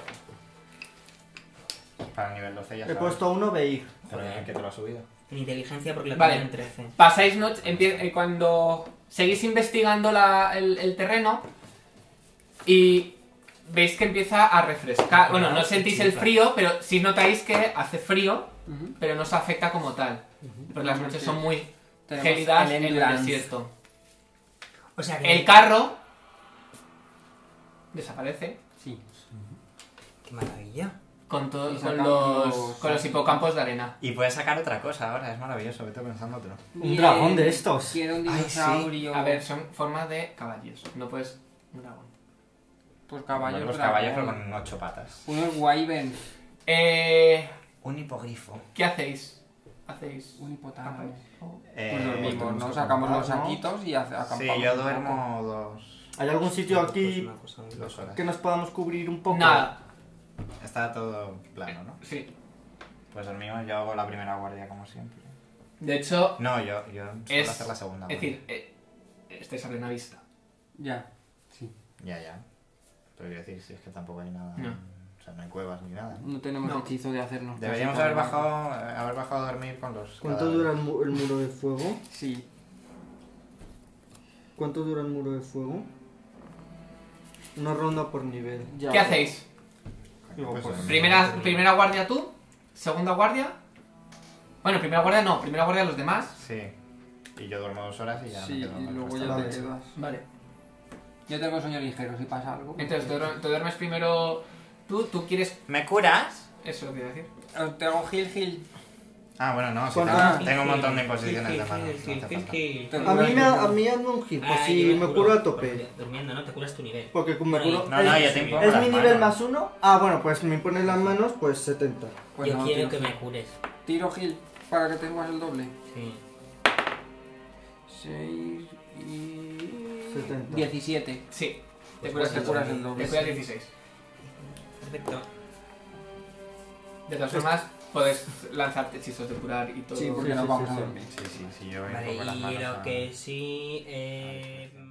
para nivel 12 ya
He
sabes.
puesto uno Veir.
Pero ¿en qué te lo ha subido?
En inteligencia porque le
Vale.
ponen 13.
Pasáis noche, empie- eh, cuando seguís investigando la- el, el terreno y veis que empieza a refrescar. Bueno, no sentís el frío, pero sí notáis que hace frío,
Ujú.
pero no os afecta como tal. Porque las noches son muy
Tenemos
gélidas
el
en el
Endurance.
desierto.
O sea que.
El carro desaparece
Sí.
¡Qué maravilla!
con, todo-
Y
con,
sacamos-
los, con los hipocampos de arena.
Y puedes sacar otra cosa ahora, es maravilloso, vete pensándotelo.
Un dragón de estos.
Quiero un
Ay, sí.
dinosaurio.
A ver, son formas de caballos. No puedes... un dragón.
Pues
Caballos,
caballos.
los
dragón.
caballos pero con ocho patas.
Unos wyverns.
Eh,
Un hipogrifo.
¿Qué hacéis? ¿Hacéis
Un hipotálamo.
Eh,
Pues dormimos,
tenemos
¿no?
que
Sacamos los
comprar, ¿no?
saquitos y hace- acampamos.
Sí, yo
un poco.
duermo dos,
¿Hay algún sitio aquí
Pues una cosa-
dos horas.
que nos podamos cubrir un poco?
Nada,
Está todo plano, ¿no?
sí.
Pues dormimos, yo hago la primera guardia como siempre.
De hecho,
No, yo, yo suelo
Es-
hacer la segunda
es
guardia.
decir, eh, estáis a plena vista.
Ya. Sí.
Ya, ya. Pero quiero decir, si es que tampoco hay nada.
No.
O sea, no hay cuevas ni nada.
No tenemos
No.
hechizo de hacernos.
Deberíamos
cosas
haber
con el barco.
bajado, haber bajado a dormir con los.
¿Cuánto
cadáveres.
dura el, mu- el muro de fuego?
Sí.
¿Cuánto dura el muro de fuego? Una ronda por nivel.
Ya.
¿Qué hacéis?
Digo,
Pues,
pues,
eh,
Primera, primera guardia tú, segunda guardia. Bueno, primera guardia no, primera guardia los demás.
Sí. Y yo duermo dos horas y ya
Sí,
me quedo
y
con
luego
el
ya
resto.
te quedas.
Vale.
Yo tengo sueño ligero, si pasa algo. pues-
Entonces, te duer- te duermes primero tú, tú quieres.
¿Me curas?
Eso lo que iba a decir.
Os Eh, Tengo heal, heal.
Ah, bueno, no. sí,
¿Cuánto?
tengo, tengo un montón de posiciones de mano. no hace falta.
A mí me, a mí hazme un hit,
Ah,
pues si me curo a tope.
Durmiendo, ¿no? Te curas tu nivel.
Porque me curo.
No, no,
es-
yo te impongo
¿Es
las
mi
manos.
nivel más uno? Ah, bueno, pues me pones las manos, pues 70.
Pues
Yo
no,
quiero
tiro,
que me cures.
tiro heal para que tengas el doble.
Sí.
6 y.
70.
17.
Sí. Te
Pues
curas
te
el
curas
doble.
el doble,
Te curas
sí.
16.
Perfecto.
De todas formas, puedes lanzarte hechizos de curar y todo.
Sí, porque
sí,
nos
sí,
vamos
sí,
a
sí.
dormir.
Sí, sí, sí, yo voy un
Vale,
poco las
y
manos
lo
a-
que sí. Eh,